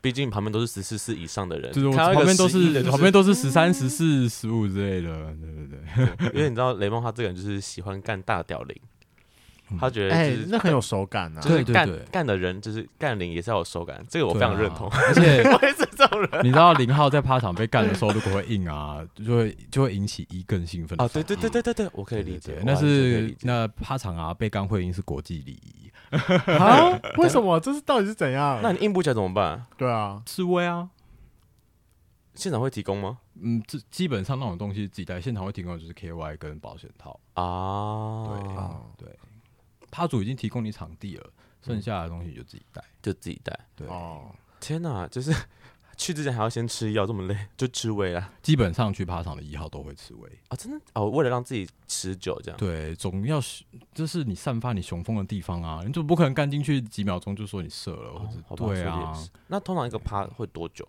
[SPEAKER 2] 毕竟旁边都是十四四以上的人，
[SPEAKER 3] 就是我
[SPEAKER 2] 看到一个
[SPEAKER 3] 旁边都
[SPEAKER 2] 11的
[SPEAKER 3] 是
[SPEAKER 2] 就是
[SPEAKER 3] 旁边都是十三、十四、十五之类的，对对对，
[SPEAKER 2] 因为你知道雷梦他这个人就是喜欢干大屌零，
[SPEAKER 3] 嗯
[SPEAKER 2] 他觉得
[SPEAKER 1] 哎、
[SPEAKER 2] 就是
[SPEAKER 1] 那很有手感啊
[SPEAKER 2] 就！是
[SPEAKER 3] 对对
[SPEAKER 2] 干
[SPEAKER 3] 对
[SPEAKER 2] 干的人就是干零也是要有手感，这个我非
[SPEAKER 3] 对啊
[SPEAKER 2] 常认同。
[SPEAKER 3] 而且
[SPEAKER 2] 我也是这种人
[SPEAKER 3] 你知道零号在趴场被干的时候，如果会硬啊，就会就会引起一更兴奋 的
[SPEAKER 2] 啊，对对
[SPEAKER 3] 反应
[SPEAKER 2] 对对 对对，我可以
[SPEAKER 3] 对
[SPEAKER 2] 理
[SPEAKER 3] 对
[SPEAKER 2] 解
[SPEAKER 3] 对，，
[SPEAKER 2] 我
[SPEAKER 3] 那
[SPEAKER 2] 完全可以理
[SPEAKER 3] 是
[SPEAKER 2] 解
[SPEAKER 3] 那趴场啊，被干会赢是国际礼仪，
[SPEAKER 1] 啊，为什么？这是到底是怎样？
[SPEAKER 2] 啊那你硬不起来怎么办？
[SPEAKER 1] 对啊，
[SPEAKER 3] 示威啊，
[SPEAKER 2] 现场会提供吗？
[SPEAKER 3] 嗯，这基本上那种东西自己带，现场会提供的就是 K Y 跟保险套。
[SPEAKER 2] 啊，
[SPEAKER 1] 哦，
[SPEAKER 3] 趴主已经提供你场地了，剩
[SPEAKER 2] 嗯
[SPEAKER 3] 下的东西你就自己带。
[SPEAKER 2] 就自己带。
[SPEAKER 3] 对，
[SPEAKER 1] 哦，
[SPEAKER 2] 天哪，就是去之前还要先吃药，这么累 就吃啊味了
[SPEAKER 3] 基本上去趴场的一号都会吃味。
[SPEAKER 2] 啊！真的哦，为了让自己持久这样。
[SPEAKER 3] 对，总要是这是你散发你雄风的地方啊，你就不可能干进去几秒钟就说你射了，
[SPEAKER 2] 哦
[SPEAKER 3] 或者
[SPEAKER 2] 好吧，
[SPEAKER 3] 对
[SPEAKER 2] 说
[SPEAKER 3] 啊
[SPEAKER 2] 的也，是。那通常一个趴会多久？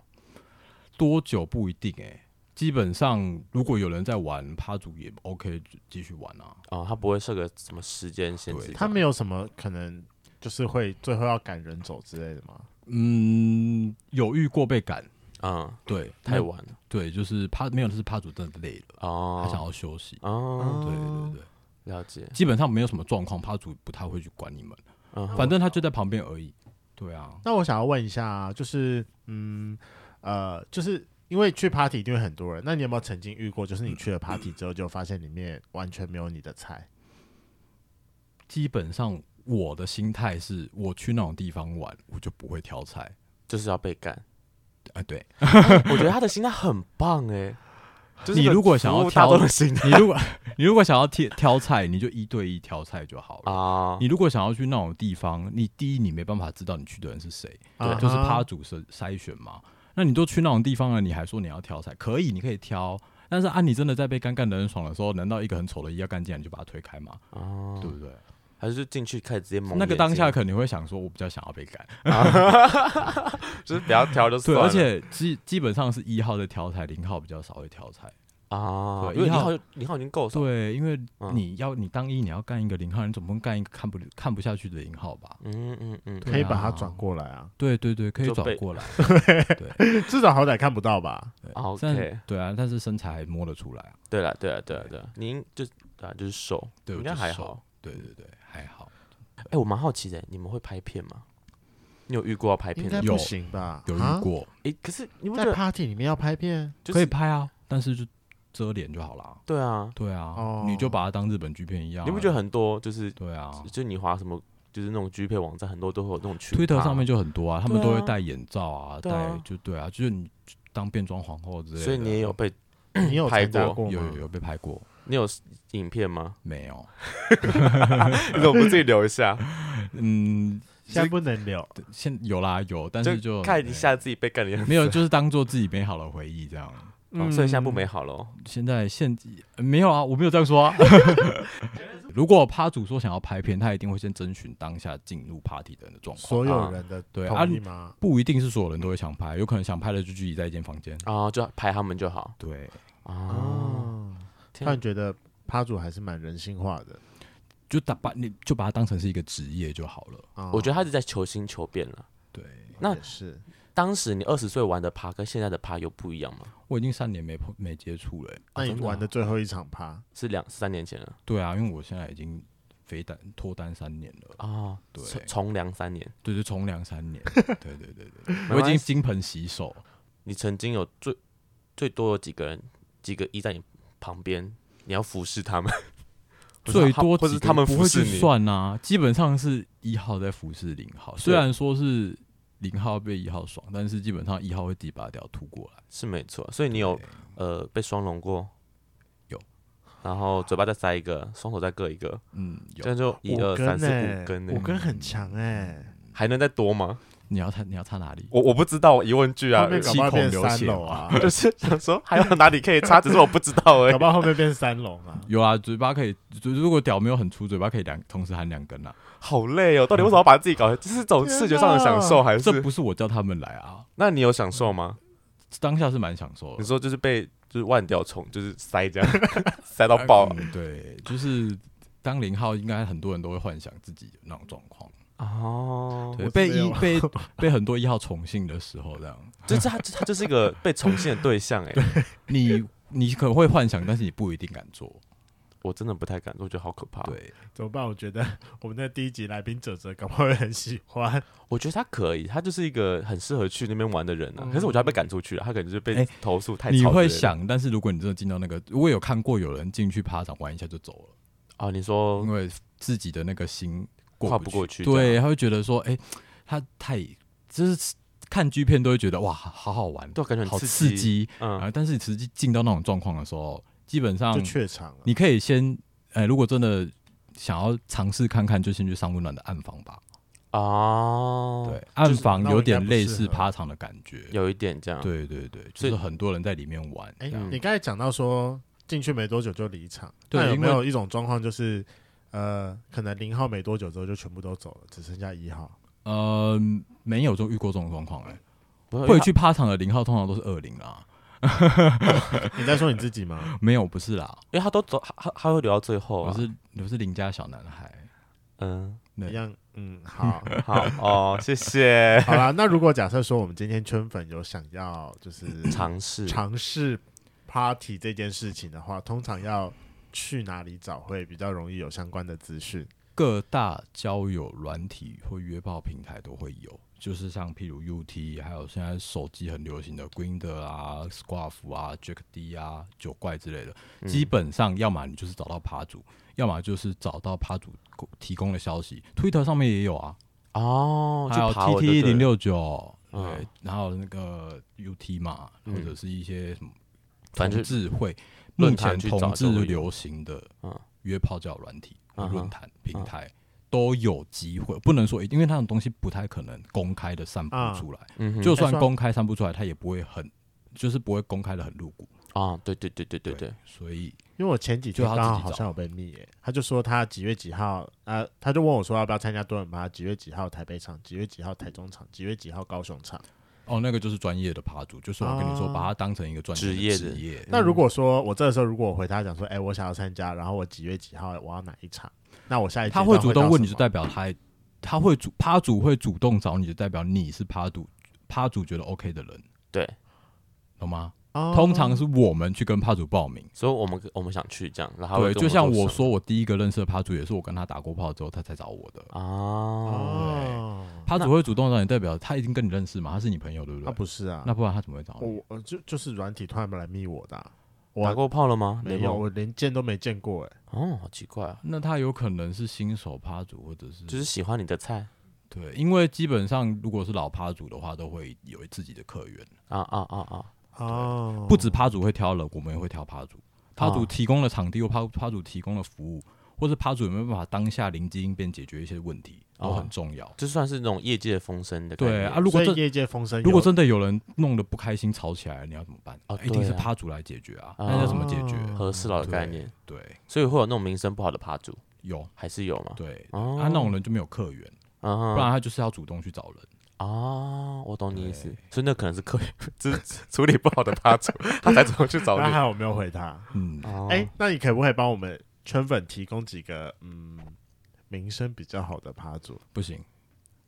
[SPEAKER 3] 多久不一定哎、基本上如果有人在玩趴主也 OK，就继续玩啊。
[SPEAKER 2] 哦，他不会设个什么时间限制
[SPEAKER 3] 对
[SPEAKER 2] 这样？
[SPEAKER 1] 他没有什么可能，就是会最后要赶人走之类的吗？
[SPEAKER 3] 嗯，有遇过被赶，
[SPEAKER 2] 嗯，
[SPEAKER 3] 对，
[SPEAKER 2] 太
[SPEAKER 3] 那
[SPEAKER 2] 晚了
[SPEAKER 3] 对，就是趴没有，就是趴主真的累了，他想
[SPEAKER 2] 哦
[SPEAKER 3] 要休息。
[SPEAKER 2] 哦，
[SPEAKER 3] 对对对，
[SPEAKER 2] 了解。
[SPEAKER 3] 基本上没有什么状况，趴主不太会去管你们。
[SPEAKER 2] 嗯，
[SPEAKER 3] 反正他就在旁边而已。对啊，
[SPEAKER 1] 那我想要问一下啊，就是嗯呃，就是因为去 party 一定会很多人，那你有没有曾经遇过，就是你去了 party 之后，就发现里面完全没有你的菜？
[SPEAKER 3] 基本上我的心态是，我去那种地方玩，我就不会挑菜。
[SPEAKER 2] 就是要被干。
[SPEAKER 3] 啊、对，
[SPEAKER 2] 我觉得他的心态很棒哎，就是
[SPEAKER 3] 你
[SPEAKER 2] 一个
[SPEAKER 3] 如果想要
[SPEAKER 2] 服务大
[SPEAKER 3] 挑
[SPEAKER 2] 众的心态
[SPEAKER 3] 你如果你如果想要挑挑菜，你就一对一挑菜就好了。
[SPEAKER 2] 啊，
[SPEAKER 3] 你如果想要去那种地方，你第一你没办法知道你去的人是谁，
[SPEAKER 1] 啊
[SPEAKER 3] 就是
[SPEAKER 1] 哈
[SPEAKER 3] 趴主筛筛选嘛。那你都去那种地方了，你还说你要挑菜，可以，你可以挑。但是啊，你真的在被干干的人爽的时候，难道一个很丑的一要干进来你就把他推开吗？
[SPEAKER 2] 哦
[SPEAKER 3] 对不对？
[SPEAKER 2] 还是就进去开始直接蒙
[SPEAKER 3] 那个
[SPEAKER 2] 眼
[SPEAKER 3] 当
[SPEAKER 2] 睛
[SPEAKER 3] 下肯定会想说，我比较想要被干。
[SPEAKER 2] 啊 就是不要挑就算
[SPEAKER 3] 对，
[SPEAKER 2] 了，
[SPEAKER 3] 而且基基本上是一号在挑菜，零号比较少会挑菜。
[SPEAKER 2] 啊，
[SPEAKER 3] 对
[SPEAKER 2] 因为
[SPEAKER 3] 一
[SPEAKER 2] 零
[SPEAKER 3] 号
[SPEAKER 2] 号零号已经够少，
[SPEAKER 3] 对，因为
[SPEAKER 2] 嗯
[SPEAKER 3] 你要你当一，你要干一个零号，你总不能干一个看不看不下去的零号吧？
[SPEAKER 2] 嗯嗯嗯，
[SPEAKER 3] 对
[SPEAKER 1] 可以把
[SPEAKER 3] 啊
[SPEAKER 1] 它转过来 啊，
[SPEAKER 3] 对对对，可以
[SPEAKER 2] 就
[SPEAKER 3] 转
[SPEAKER 2] 被
[SPEAKER 3] 过 来。
[SPEAKER 1] 至少好歹看不到吧？
[SPEAKER 3] 对
[SPEAKER 2] 啊
[SPEAKER 3] 但
[SPEAKER 2] OK
[SPEAKER 3] 对啊，但是身材还摸得出来啊。
[SPEAKER 2] 对了对了对了对了，您就对啊就是瘦，
[SPEAKER 3] 对，
[SPEAKER 2] 应
[SPEAKER 3] 我
[SPEAKER 2] 该
[SPEAKER 3] 就
[SPEAKER 2] 还
[SPEAKER 3] 瘦
[SPEAKER 2] 好。。
[SPEAKER 3] 对对对，还好。
[SPEAKER 2] 哎，我蛮好奇的，你们会拍片吗？你有遇过要拍
[SPEAKER 1] 应
[SPEAKER 2] 片
[SPEAKER 1] 该
[SPEAKER 2] 的吗？
[SPEAKER 1] 不
[SPEAKER 3] 有
[SPEAKER 1] 行吧？
[SPEAKER 3] 有
[SPEAKER 1] 啊
[SPEAKER 3] 遇过，
[SPEAKER 2] 哎，可是你不觉
[SPEAKER 1] 在
[SPEAKER 2] 得
[SPEAKER 1] party 里面要拍片，
[SPEAKER 2] 就
[SPEAKER 3] 可以
[SPEAKER 2] 是
[SPEAKER 3] 拍啊，但是就遮脸就好啦。
[SPEAKER 2] 对啊？
[SPEAKER 3] 对啊，
[SPEAKER 1] 哦
[SPEAKER 3] 你就把它当日本剧片一样啊。
[SPEAKER 2] 你不觉得很多就是
[SPEAKER 3] 对啊
[SPEAKER 2] 就你滑什么就是那种 G 配网站，很多都会有那种群
[SPEAKER 3] 推特
[SPEAKER 2] 趴
[SPEAKER 3] 上面，就很多啊，他们
[SPEAKER 2] 对
[SPEAKER 3] 都会
[SPEAKER 2] 啊
[SPEAKER 3] 戴眼罩啊，
[SPEAKER 2] 对
[SPEAKER 3] 戴
[SPEAKER 2] 啊
[SPEAKER 3] 就对啊，就是你当变装皇后之类的。
[SPEAKER 2] 所以你也有被
[SPEAKER 1] 你有
[SPEAKER 2] 拍
[SPEAKER 1] 参加
[SPEAKER 2] 过
[SPEAKER 1] 过吗？
[SPEAKER 3] 有有有被拍过
[SPEAKER 2] 你有影片 吗？
[SPEAKER 3] 没有？
[SPEAKER 2] 你怎么不自己留一下？
[SPEAKER 3] 嗯，
[SPEAKER 1] 现在不能留，
[SPEAKER 3] 现有啦有， 但是
[SPEAKER 2] 就
[SPEAKER 3] 就
[SPEAKER 2] 看一下自己被干的样
[SPEAKER 3] 对
[SPEAKER 2] 子。
[SPEAKER 3] 没有，嗯就是当做自己美好的回忆这样。
[SPEAKER 2] 哦所以现在不美好了哦。
[SPEAKER 3] 现在现呃没有啊，我没有这样说啊。 如果趴主说想要拍片，他一定会先征询当下进入 party 的人的状况，
[SPEAKER 1] 所有人的
[SPEAKER 3] 对啊
[SPEAKER 1] 同意吗？
[SPEAKER 3] 不一定是所有人都会想拍，有可能想拍的就聚集在一间房间。
[SPEAKER 2] 啊，就拍他们就好
[SPEAKER 3] 对，
[SPEAKER 2] 啊。
[SPEAKER 1] 哦，突
[SPEAKER 2] 天
[SPEAKER 1] 然觉得趴主还是蛮人性化的。
[SPEAKER 3] 就打把你就把它当成是一个职业就好了。
[SPEAKER 1] 哦
[SPEAKER 2] 我觉得他一直在求新求变了。
[SPEAKER 3] 对
[SPEAKER 2] 那
[SPEAKER 1] 也是
[SPEAKER 2] 当时你二十岁玩的趴跟现在的趴有不一样吗？
[SPEAKER 3] 我已经三年没碰没接触了欸、
[SPEAKER 1] 那
[SPEAKER 2] 真
[SPEAKER 1] 你
[SPEAKER 2] 的啊
[SPEAKER 1] 玩的最后一场趴，
[SPEAKER 2] 是两三年前了
[SPEAKER 3] 对啊，因为我现在已经非单脱单三年 了，
[SPEAKER 2] 啊，
[SPEAKER 3] 对
[SPEAKER 2] 从从良三年。
[SPEAKER 3] 对，就从良三年。对对对对对，我已经金盆洗手。
[SPEAKER 2] 你曾经有最最多有几个人，几个依在你旁边，你要服侍他们。 是
[SPEAKER 3] 最
[SPEAKER 2] 他
[SPEAKER 3] 多
[SPEAKER 2] 或是
[SPEAKER 3] 几个
[SPEAKER 2] 他们
[SPEAKER 3] 不
[SPEAKER 2] 服
[SPEAKER 3] 会
[SPEAKER 2] 侍
[SPEAKER 3] 去
[SPEAKER 2] 你
[SPEAKER 3] 算呐、基本上是一号在服侍零号，虽然说是零号被一号爽，但是基本上一号会第八条吐过来。
[SPEAKER 2] 是没错。所以你有呃被双龙过，
[SPEAKER 3] 有，
[SPEAKER 2] 然后嘴巴再塞一个，双手再各一个，
[SPEAKER 3] 嗯，
[SPEAKER 2] 这
[SPEAKER 3] 有
[SPEAKER 2] 样就一二
[SPEAKER 1] 五
[SPEAKER 2] 三四
[SPEAKER 1] 欸
[SPEAKER 2] 五根呢、
[SPEAKER 1] 五根很强哎，
[SPEAKER 2] 还能再多吗？
[SPEAKER 3] 你要擦你要擦哪里？
[SPEAKER 2] 我我不知道，我疑问句啊
[SPEAKER 1] 后，面搞
[SPEAKER 2] 气
[SPEAKER 1] 不好
[SPEAKER 3] 孔
[SPEAKER 1] 变
[SPEAKER 3] 流
[SPEAKER 1] 三
[SPEAKER 3] 血
[SPEAKER 1] 楼啊，
[SPEAKER 2] 就是想说还有哪里可以插，只是我不知道欸
[SPEAKER 1] 搞
[SPEAKER 2] 而已。
[SPEAKER 1] 不好后面变三龙啊。
[SPEAKER 3] 有啊，嘴巴可以，就如果屌没有很粗，嘴巴可以两同时含两根啊。
[SPEAKER 2] 好累哦，到底为什么要把自己搞？这是种视觉上的享受还
[SPEAKER 3] 这
[SPEAKER 2] 是？
[SPEAKER 3] 不是我叫他们来啊，
[SPEAKER 2] 那你有享受吗？
[SPEAKER 3] 当下是蛮享受
[SPEAKER 2] 你
[SPEAKER 3] 的。
[SPEAKER 2] 说就是被就是万屌虫就是塞 这样塞到爆
[SPEAKER 3] 嗯对，就是当零号，应该很多人都会幻想自己有那种状况。
[SPEAKER 2] 哦
[SPEAKER 3] 对，
[SPEAKER 1] 我
[SPEAKER 3] 被
[SPEAKER 1] 是没
[SPEAKER 3] 一
[SPEAKER 1] 有
[SPEAKER 3] 被被很多一号宠幸的时候，这样
[SPEAKER 2] 就是他他就是一个被宠幸的对象哎、
[SPEAKER 3] 你你可能会幻想，但是你不一定敢做。
[SPEAKER 2] 我真的不太敢，我觉得好可怕。，
[SPEAKER 3] 对，
[SPEAKER 1] 怎么办？我觉得 我们的第一集来宾哲哲搞不好会很喜欢。
[SPEAKER 2] 我觉得他可以，他就是一个很适合去那边玩的人啊。
[SPEAKER 1] 嗯
[SPEAKER 2] 可是我觉得他被赶出去了，他可能就是被
[SPEAKER 3] 哎
[SPEAKER 2] 投诉太吵之类
[SPEAKER 3] 你
[SPEAKER 2] 的。
[SPEAKER 3] 会想，但是如果你真的进到那个，我有看过有人进去趴掌玩一下就走了，
[SPEAKER 2] 啊？你说
[SPEAKER 3] 因为自己的那个心
[SPEAKER 2] 跨
[SPEAKER 3] 嗯过
[SPEAKER 2] 不过去这
[SPEAKER 3] 对，
[SPEAKER 2] 样
[SPEAKER 3] 他会觉得说，哎、他太就是看剧片都会觉得哇，好好玩，
[SPEAKER 2] 对，感觉
[SPEAKER 3] 好
[SPEAKER 2] 很
[SPEAKER 3] 刺
[SPEAKER 2] 激。
[SPEAKER 3] 激
[SPEAKER 2] 嗯，
[SPEAKER 3] 啊！但是实际进到那种状况的时候，基本
[SPEAKER 1] 就
[SPEAKER 3] 上
[SPEAKER 1] 怯场了。
[SPEAKER 3] 你可以先，哎、如果真的想要尝试看看，就先去上温暖的暗房吧。
[SPEAKER 2] 哦，
[SPEAKER 3] 对，，暗
[SPEAKER 1] 就是
[SPEAKER 3] 房
[SPEAKER 1] 那我
[SPEAKER 3] 有
[SPEAKER 1] 应该
[SPEAKER 3] 点
[SPEAKER 1] 不
[SPEAKER 3] 类
[SPEAKER 1] 适
[SPEAKER 3] 似
[SPEAKER 1] 合
[SPEAKER 3] 趴场的感觉。
[SPEAKER 2] 有一点这样。
[SPEAKER 3] 对对对，
[SPEAKER 2] 所
[SPEAKER 3] 就
[SPEAKER 2] 以
[SPEAKER 3] 是很多人在里面玩。
[SPEAKER 1] 哎、
[SPEAKER 3] 这
[SPEAKER 2] 嗯
[SPEAKER 3] 样
[SPEAKER 1] 你刚才讲到说进去没多久就离场，
[SPEAKER 3] 对
[SPEAKER 2] 啊
[SPEAKER 1] 那有没
[SPEAKER 3] 因为
[SPEAKER 1] 有一种状况就是，呃，可能零号没多久之后就全部都走了，只剩下一号？
[SPEAKER 3] 呃，没有就遇过这种状况哎，
[SPEAKER 2] 不
[SPEAKER 3] 会
[SPEAKER 2] 他
[SPEAKER 3] 去趴场的零号通常都是二零啦，
[SPEAKER 1] 你在说你自己吗？
[SPEAKER 3] 没有不是啦，
[SPEAKER 2] 因为他都走，他他他会留到最后、
[SPEAKER 3] 我
[SPEAKER 2] 啊。
[SPEAKER 3] 是我是邻家小男孩。
[SPEAKER 2] 嗯，
[SPEAKER 3] 对
[SPEAKER 1] 一样， 嗯，好，
[SPEAKER 2] 好哦，谢谢。
[SPEAKER 1] 好啦。那如果假设说我们今天圈粉有想要就是
[SPEAKER 2] 尝试
[SPEAKER 1] 尝试 party 这件事情的话，通常要去哪里找会比较容易有相关的资讯？
[SPEAKER 3] 各大交友软体或约炮平台都会有，就是像譬如 UT，还有现在手机很流行的 Grinder 啊、Squaff 啊、Jack D 啊、九怪之类的，基本上要么你就是找到趴主，要么就是找到趴主提供的消息，Twitter 上面也有啊，
[SPEAKER 2] 哦，
[SPEAKER 3] 还
[SPEAKER 2] 就
[SPEAKER 3] 有
[SPEAKER 2] 爬我就
[SPEAKER 3] TT
[SPEAKER 2] 对
[SPEAKER 3] 一
[SPEAKER 2] 了
[SPEAKER 3] 零六九，
[SPEAKER 2] 嗯
[SPEAKER 3] 对，然后那个 UT 嘛，
[SPEAKER 2] 嗯
[SPEAKER 3] 或者是一些什么
[SPEAKER 2] 反正
[SPEAKER 3] 同志会，目
[SPEAKER 2] 论坛
[SPEAKER 3] 前
[SPEAKER 2] 去
[SPEAKER 3] 同
[SPEAKER 2] 找
[SPEAKER 3] 志
[SPEAKER 2] 就会有
[SPEAKER 3] 流行的
[SPEAKER 2] 嗯
[SPEAKER 3] 约炮交友软体、
[SPEAKER 2] 嗯哼
[SPEAKER 3] 论坛、平台都有机会，不能说一定，因为那种东西不太可能公开的散布
[SPEAKER 1] 啊
[SPEAKER 3] 出来，
[SPEAKER 2] 嗯哼，
[SPEAKER 3] 就
[SPEAKER 2] 就
[SPEAKER 3] 算
[SPEAKER 1] 哎算
[SPEAKER 3] 公开散布出来，它也不会很，就是不会公开的很露骨，
[SPEAKER 2] 啊，对对对对对对，
[SPEAKER 3] 所以
[SPEAKER 1] 因为我前几
[SPEAKER 3] 就
[SPEAKER 1] 天
[SPEAKER 3] 他
[SPEAKER 1] 刚
[SPEAKER 3] 自己
[SPEAKER 1] 好好像有被密耶、他就说他几月几号，呃，他就问我说要不要参加多人趴，几月几号台北场，几月几号台中场，几月几号高雄场。
[SPEAKER 3] 哦，那个就是专业的趴主，就是我跟你说，
[SPEAKER 1] 啊
[SPEAKER 3] 把它当成一个专
[SPEAKER 2] 职
[SPEAKER 3] 业
[SPEAKER 2] 业
[SPEAKER 3] 的
[SPEAKER 2] 的
[SPEAKER 3] 职业，
[SPEAKER 1] 那如果说我这个时候如果我回他讲说，哎、我想要参加，然后我几月几号我要哪一场，那我下一
[SPEAKER 3] 他
[SPEAKER 1] 阶段
[SPEAKER 3] 会
[SPEAKER 1] 会
[SPEAKER 3] 主动问你，
[SPEAKER 1] 到
[SPEAKER 3] 就
[SPEAKER 1] 什么
[SPEAKER 3] 代表他他会主趴主会主动找你，就代表你是趴主趴主觉得 OK 的人，
[SPEAKER 2] 对，
[SPEAKER 3] 懂吗？
[SPEAKER 1] 哦
[SPEAKER 3] 通常是我们去跟趴主报名，
[SPEAKER 2] 所以我们我们想哦去这样，然后
[SPEAKER 3] 对，就像我说，
[SPEAKER 2] 我
[SPEAKER 3] 我第一个认识的趴主也是我跟他打过炮之后，他才找我
[SPEAKER 2] 哦啊，
[SPEAKER 3] 的。
[SPEAKER 1] 哦，
[SPEAKER 3] 趴主会主动找你，代表他已经跟你认识嘛，他是你哦朋友，对不
[SPEAKER 1] 他
[SPEAKER 3] 对？
[SPEAKER 1] 不是啊，
[SPEAKER 3] 那不然他怎么会找你？
[SPEAKER 1] 我我呃就就是软体突然来密我的啊、我
[SPEAKER 2] 打过炮了吗？
[SPEAKER 1] 没
[SPEAKER 2] 雷
[SPEAKER 1] 有，
[SPEAKER 2] 蒙
[SPEAKER 1] 我连见都没见过、哎，
[SPEAKER 2] 哦，好奇怪啊，
[SPEAKER 3] 那他有可能是新手趴主，或者是
[SPEAKER 2] 就是喜欢你的菜
[SPEAKER 3] 对，因为基本上如果是老趴主的话，都会有自己的客源。
[SPEAKER 2] 啊啊啊啊，
[SPEAKER 1] 哦，
[SPEAKER 3] 不止趴主会挑人，我们也会挑趴主。趴主
[SPEAKER 2] 啊
[SPEAKER 3] 提供了场地，或趴趴主提供了服务，或是趴主有没有办法当下灵机应变解决一些问题，都
[SPEAKER 2] 啊
[SPEAKER 3] 很重要。
[SPEAKER 2] 就算是那种业界风声的概
[SPEAKER 3] 对
[SPEAKER 2] 念
[SPEAKER 3] 啊，如果
[SPEAKER 1] 所以
[SPEAKER 3] 真
[SPEAKER 1] 业界风声有，
[SPEAKER 3] 如果真的有人弄得不开心吵起来，你要怎么办？
[SPEAKER 2] 哦
[SPEAKER 3] 一定
[SPEAKER 2] 对
[SPEAKER 3] 是
[SPEAKER 2] 啊
[SPEAKER 3] 趴主来解决啊。
[SPEAKER 2] 啊
[SPEAKER 3] 那要怎么解决？
[SPEAKER 1] 哦
[SPEAKER 2] 和事佬的概念，
[SPEAKER 3] 对，
[SPEAKER 2] 所以会有那种名声不好的趴主，
[SPEAKER 3] 有
[SPEAKER 2] 还是有嘛？
[SPEAKER 3] 对，啊
[SPEAKER 2] 哦
[SPEAKER 3] 他那种人就没有客源，不然
[SPEAKER 2] 啊
[SPEAKER 3] 他就是要主动去找人。
[SPEAKER 2] 啊，我懂你意思，所以那可能是客人就是 处理不好的趴 主，他才怎么去找
[SPEAKER 1] 那
[SPEAKER 2] 你
[SPEAKER 1] 还？有没有回他？
[SPEAKER 3] 嗯，
[SPEAKER 2] 哦
[SPEAKER 1] 哎、那你可不可以帮我们圈粉提供几个嗯名声比较好的趴主？
[SPEAKER 3] 不行，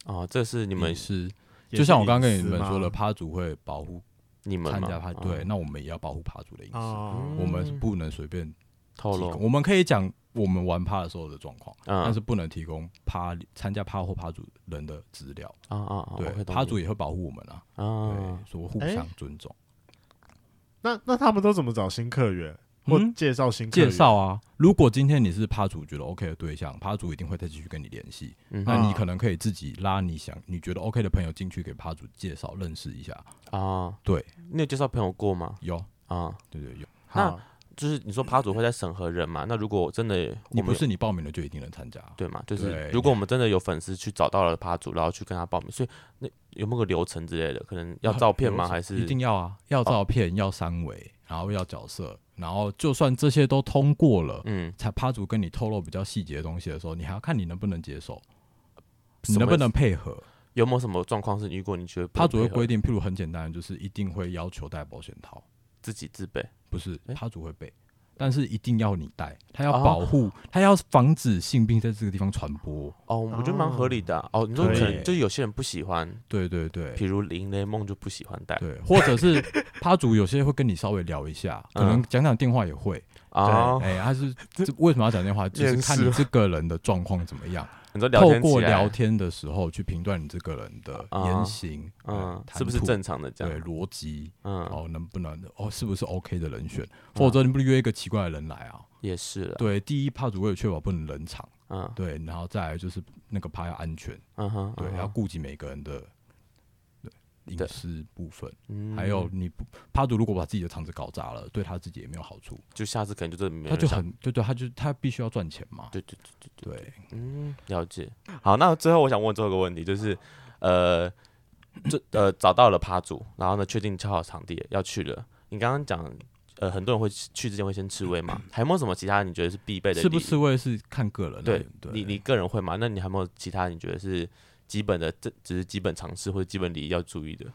[SPEAKER 2] 哦，这是你
[SPEAKER 3] 你
[SPEAKER 2] 们
[SPEAKER 3] 是
[SPEAKER 1] 也
[SPEAKER 3] 就是像我刚刚
[SPEAKER 1] 隐
[SPEAKER 3] 跟
[SPEAKER 1] 私
[SPEAKER 3] 你们
[SPEAKER 1] 吗
[SPEAKER 3] 说了，趴主会保护
[SPEAKER 2] 你们
[SPEAKER 3] 参
[SPEAKER 2] 嘛
[SPEAKER 3] 加趴，对，
[SPEAKER 2] 哦
[SPEAKER 3] 那我们也要保护趴主的隐私，
[SPEAKER 1] 哦，
[SPEAKER 3] 我们是不能随便
[SPEAKER 2] 透
[SPEAKER 3] 提
[SPEAKER 2] 露
[SPEAKER 3] 供，我们可以讲我们玩趴的时候的状况，
[SPEAKER 2] 嗯
[SPEAKER 3] 但是不能提供趴参加趴或趴主人的资料。
[SPEAKER 2] 啊啊啊，我
[SPEAKER 3] 对，
[SPEAKER 2] 会懂
[SPEAKER 3] 趴
[SPEAKER 2] 你
[SPEAKER 3] 主也会保护我们啊，
[SPEAKER 2] 啊
[SPEAKER 3] 对，所以互
[SPEAKER 1] 哎
[SPEAKER 3] 相尊重。
[SPEAKER 1] 那那他们都怎么找新客源？或
[SPEAKER 3] 嗯
[SPEAKER 1] 介绍
[SPEAKER 2] 哎
[SPEAKER 1] 新客
[SPEAKER 3] 介
[SPEAKER 1] 源
[SPEAKER 3] 绍啊。如果今天你是趴主觉得 OK 的对象，趴主一定会再继续跟你联系。
[SPEAKER 2] 嗯
[SPEAKER 3] 那
[SPEAKER 1] 啊
[SPEAKER 3] 你可能可以自己拉你想你觉得 OK 的朋友进去给趴主介绍认识一下。
[SPEAKER 2] 啊，
[SPEAKER 3] 对，
[SPEAKER 2] 你有介绍朋友过吗？
[SPEAKER 3] 有，
[SPEAKER 2] 啊，
[SPEAKER 3] 对对有。
[SPEAKER 1] 好，
[SPEAKER 2] 就是你说趴主会在审核人嘛？那如果真的我
[SPEAKER 3] 你
[SPEAKER 2] 们
[SPEAKER 3] 不
[SPEAKER 2] 有
[SPEAKER 3] 是你报名了就一定能参加。
[SPEAKER 2] 对嘛？就是
[SPEAKER 3] 对
[SPEAKER 2] 如果我们真的有粉丝去找到了趴主，然后去跟他报名，所以那有没有个流程之类的？可能要照片 吗？
[SPEAKER 3] 啊
[SPEAKER 2] 还是哦
[SPEAKER 3] 一定要啊，要照片，要三维，然后要角色，然后就算这些都通过了，
[SPEAKER 2] 嗯，
[SPEAKER 3] 才趴主跟你透露比较细节的东西的时候，你还要看你能不能接受，
[SPEAKER 2] 什
[SPEAKER 3] 你
[SPEAKER 2] 么
[SPEAKER 3] 能不
[SPEAKER 2] 意思
[SPEAKER 3] 能配合。
[SPEAKER 2] 有没有什么状况是你遇过？你觉得
[SPEAKER 3] 趴主会
[SPEAKER 2] 会
[SPEAKER 3] 规定，譬如很简单，就是一定会要求带保险套，
[SPEAKER 2] 自己自备
[SPEAKER 3] 不是
[SPEAKER 2] 诶
[SPEAKER 3] 趴主会备，但是一定要你带，他要
[SPEAKER 2] 哦
[SPEAKER 3] 保护，他要防止性病在这个地方传播。
[SPEAKER 2] 哦，我觉得蛮合理的啊、哦。你说
[SPEAKER 1] 可
[SPEAKER 2] 可能
[SPEAKER 3] 以
[SPEAKER 2] 就是有些人不喜欢，
[SPEAKER 3] 对对对
[SPEAKER 2] 比如林雷梦就不喜欢戴
[SPEAKER 3] 对，或者是 趴主有些会跟你稍微聊一下，
[SPEAKER 2] 嗯
[SPEAKER 3] 可能讲讲电话也会。
[SPEAKER 2] 啊。
[SPEAKER 3] 哎、他是这为什么要讲 电话？就是
[SPEAKER 2] 厌
[SPEAKER 3] 看
[SPEAKER 2] 世
[SPEAKER 3] 你这个人的状况怎么样，
[SPEAKER 2] 你说聊
[SPEAKER 3] 透
[SPEAKER 2] 天起
[SPEAKER 3] 过
[SPEAKER 2] 来
[SPEAKER 3] 聊，天的时候去评断你这个人的
[SPEAKER 2] 啊
[SPEAKER 3] 言行，
[SPEAKER 2] 嗯，
[SPEAKER 3] 谈
[SPEAKER 2] 是不是
[SPEAKER 3] 吐
[SPEAKER 2] 正常的这
[SPEAKER 3] 对
[SPEAKER 2] 样？
[SPEAKER 3] 逻辑，
[SPEAKER 2] 嗯，
[SPEAKER 3] 哦，能不能哦，是不是 OK 的人选？否则你不约一个奇怪的人来啊？
[SPEAKER 2] 也是了。
[SPEAKER 3] 对，第一怕主为了确保不能冷场，
[SPEAKER 2] 嗯
[SPEAKER 3] 对，然后再来就是那个趴要安全，
[SPEAKER 2] 嗯哼，
[SPEAKER 3] 对，
[SPEAKER 2] 嗯
[SPEAKER 3] 要
[SPEAKER 2] 哼
[SPEAKER 3] 顾及每个人的对
[SPEAKER 2] 对
[SPEAKER 3] 隐私部分，
[SPEAKER 2] 嗯
[SPEAKER 3] 还有你不趴主如果把自己的场子搞砸了，对他自己也没有好处，
[SPEAKER 2] 就下次可能就真的没
[SPEAKER 3] 他
[SPEAKER 2] 人
[SPEAKER 3] 就
[SPEAKER 2] 想。
[SPEAKER 3] 很对对，他就他必须要赚钱嘛，
[SPEAKER 2] 对对对，
[SPEAKER 3] 对，
[SPEAKER 2] 嗯，了解。好，那最后我想问最后一个问题，就是呃，这呃找到了趴主，然后呢确定敲好场地了要去了。你刚刚讲呃很多人会去之前会先吃味 嘛？还有没有什么其他你觉得是必备的礼仪？
[SPEAKER 3] 吃不吃味是看个人啊，
[SPEAKER 2] 对
[SPEAKER 3] 对，
[SPEAKER 2] 你你个人会吗？那你还有没有其他你觉得是基本的，这只是基本常识或者基本礼仪要注意的？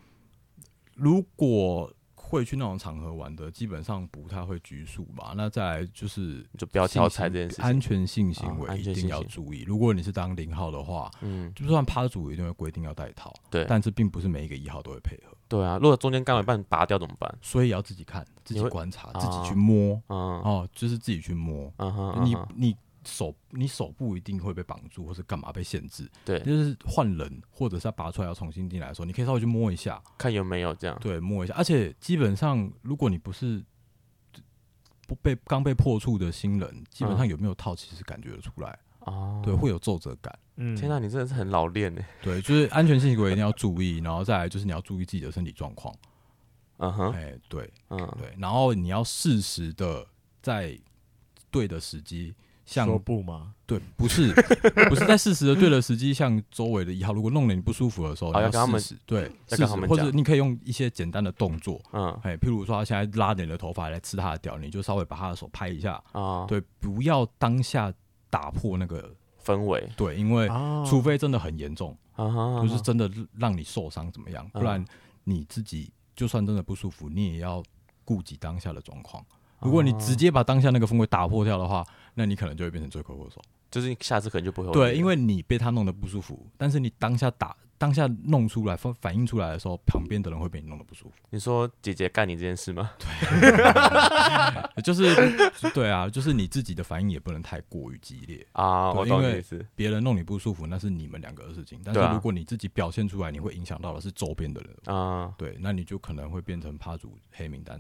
[SPEAKER 3] 如果会去那种场合玩的，基本上不太会拘束吧。那再来就是
[SPEAKER 2] 你就不要挑菜
[SPEAKER 3] 性行
[SPEAKER 2] 这件事情。
[SPEAKER 3] 安全性行
[SPEAKER 2] 啊
[SPEAKER 3] 为
[SPEAKER 2] 安
[SPEAKER 3] 一
[SPEAKER 2] 全性
[SPEAKER 3] 定要
[SPEAKER 2] 行
[SPEAKER 3] 注意。如果你是当零号的话，
[SPEAKER 2] 嗯，
[SPEAKER 3] 就算趴主一定会规定要带套，
[SPEAKER 2] 对
[SPEAKER 3] 但是并不是每一个一号都会配合，
[SPEAKER 2] 对啊，如果中间刚好一半拔掉怎么办？
[SPEAKER 3] 所以也要自己看、自己
[SPEAKER 2] 会
[SPEAKER 3] 观察、
[SPEAKER 2] 啊
[SPEAKER 3] 自己去摸
[SPEAKER 2] 嗯
[SPEAKER 3] 哦，就是自己去摸。
[SPEAKER 2] 嗯哼，嗯
[SPEAKER 3] 你
[SPEAKER 2] 哼
[SPEAKER 3] 你手你手部一定会被绑住，或是干嘛被限制，
[SPEAKER 2] 对
[SPEAKER 3] 就是换人或者是要拔出来要重新进来的时候，你可以稍微去摸一下，
[SPEAKER 2] 看有没有这样。
[SPEAKER 3] 对，摸一下。而且基本上，如果你不是不被刚被破处的新人，基本上
[SPEAKER 2] 嗯
[SPEAKER 3] 有没有套，其实感觉得出来，
[SPEAKER 2] 哦，
[SPEAKER 3] 对，会有皱褶感。
[SPEAKER 1] 嗯，
[SPEAKER 2] 天哪、你真的是很老练欸呢。
[SPEAKER 3] 对，就是安全性行为一定要注意，然后再来就是你要注意自己的身体状况。
[SPEAKER 2] 嗯
[SPEAKER 3] 哎、
[SPEAKER 2] 哼，
[SPEAKER 3] 对
[SPEAKER 2] 嗯，
[SPEAKER 3] 对，然后你要适时的在对的时机。像
[SPEAKER 1] 说不吗？
[SPEAKER 3] 对，不是不是在适时的对的时机，像周围的一号，如果弄得你不舒服的时候，
[SPEAKER 2] 哦要跟
[SPEAKER 3] 你
[SPEAKER 2] 他们
[SPEAKER 3] 适时对，
[SPEAKER 2] 要跟
[SPEAKER 3] 适时
[SPEAKER 2] 他们
[SPEAKER 3] 或者
[SPEAKER 2] 讲
[SPEAKER 3] 你可以用一些简单的动作，
[SPEAKER 2] 嗯
[SPEAKER 3] 哎，譬如说他现在拉着你的头发来吃他的屌，你就稍微把他的手拍一下，
[SPEAKER 2] 啊，
[SPEAKER 3] 对，不要当下打破那个，
[SPEAKER 2] 氛围，
[SPEAKER 3] 对，因为
[SPEAKER 1] 啊，
[SPEAKER 3] 除非真的很严重，
[SPEAKER 2] 啊哈，
[SPEAKER 3] 就是真的让你受伤怎么样，不
[SPEAKER 2] 嗯
[SPEAKER 3] 然你自己就算真的不舒服，你也要顾及当下的状况。如果你
[SPEAKER 2] 哦
[SPEAKER 3] 直接把当下那个氛围打破掉的话，那你可能就会变成罪魁祸首。
[SPEAKER 2] 就是下次可能就不会有
[SPEAKER 3] 对，
[SPEAKER 2] 你
[SPEAKER 3] 因
[SPEAKER 2] 了
[SPEAKER 3] 为你被他弄得不舒服，但是你当下打、当下弄出来、反反应出来的时候，旁边的人会被你弄得不舒服。
[SPEAKER 2] 你说姐姐干你这件事 吗？
[SPEAKER 3] 就是 对啊，就是你自己的反应也不能太过于激烈，
[SPEAKER 2] 啊，
[SPEAKER 3] 对
[SPEAKER 2] 我懂
[SPEAKER 3] 因
[SPEAKER 2] 你
[SPEAKER 3] 为
[SPEAKER 2] 意思。
[SPEAKER 3] 别人弄你不舒服那是你们两个的事情，但
[SPEAKER 2] 对啊
[SPEAKER 3] 是如果你自己表现出来，你会影响到的是周边的人，
[SPEAKER 2] 啊、
[SPEAKER 3] 对，那你就可能会变成趴主黑名单。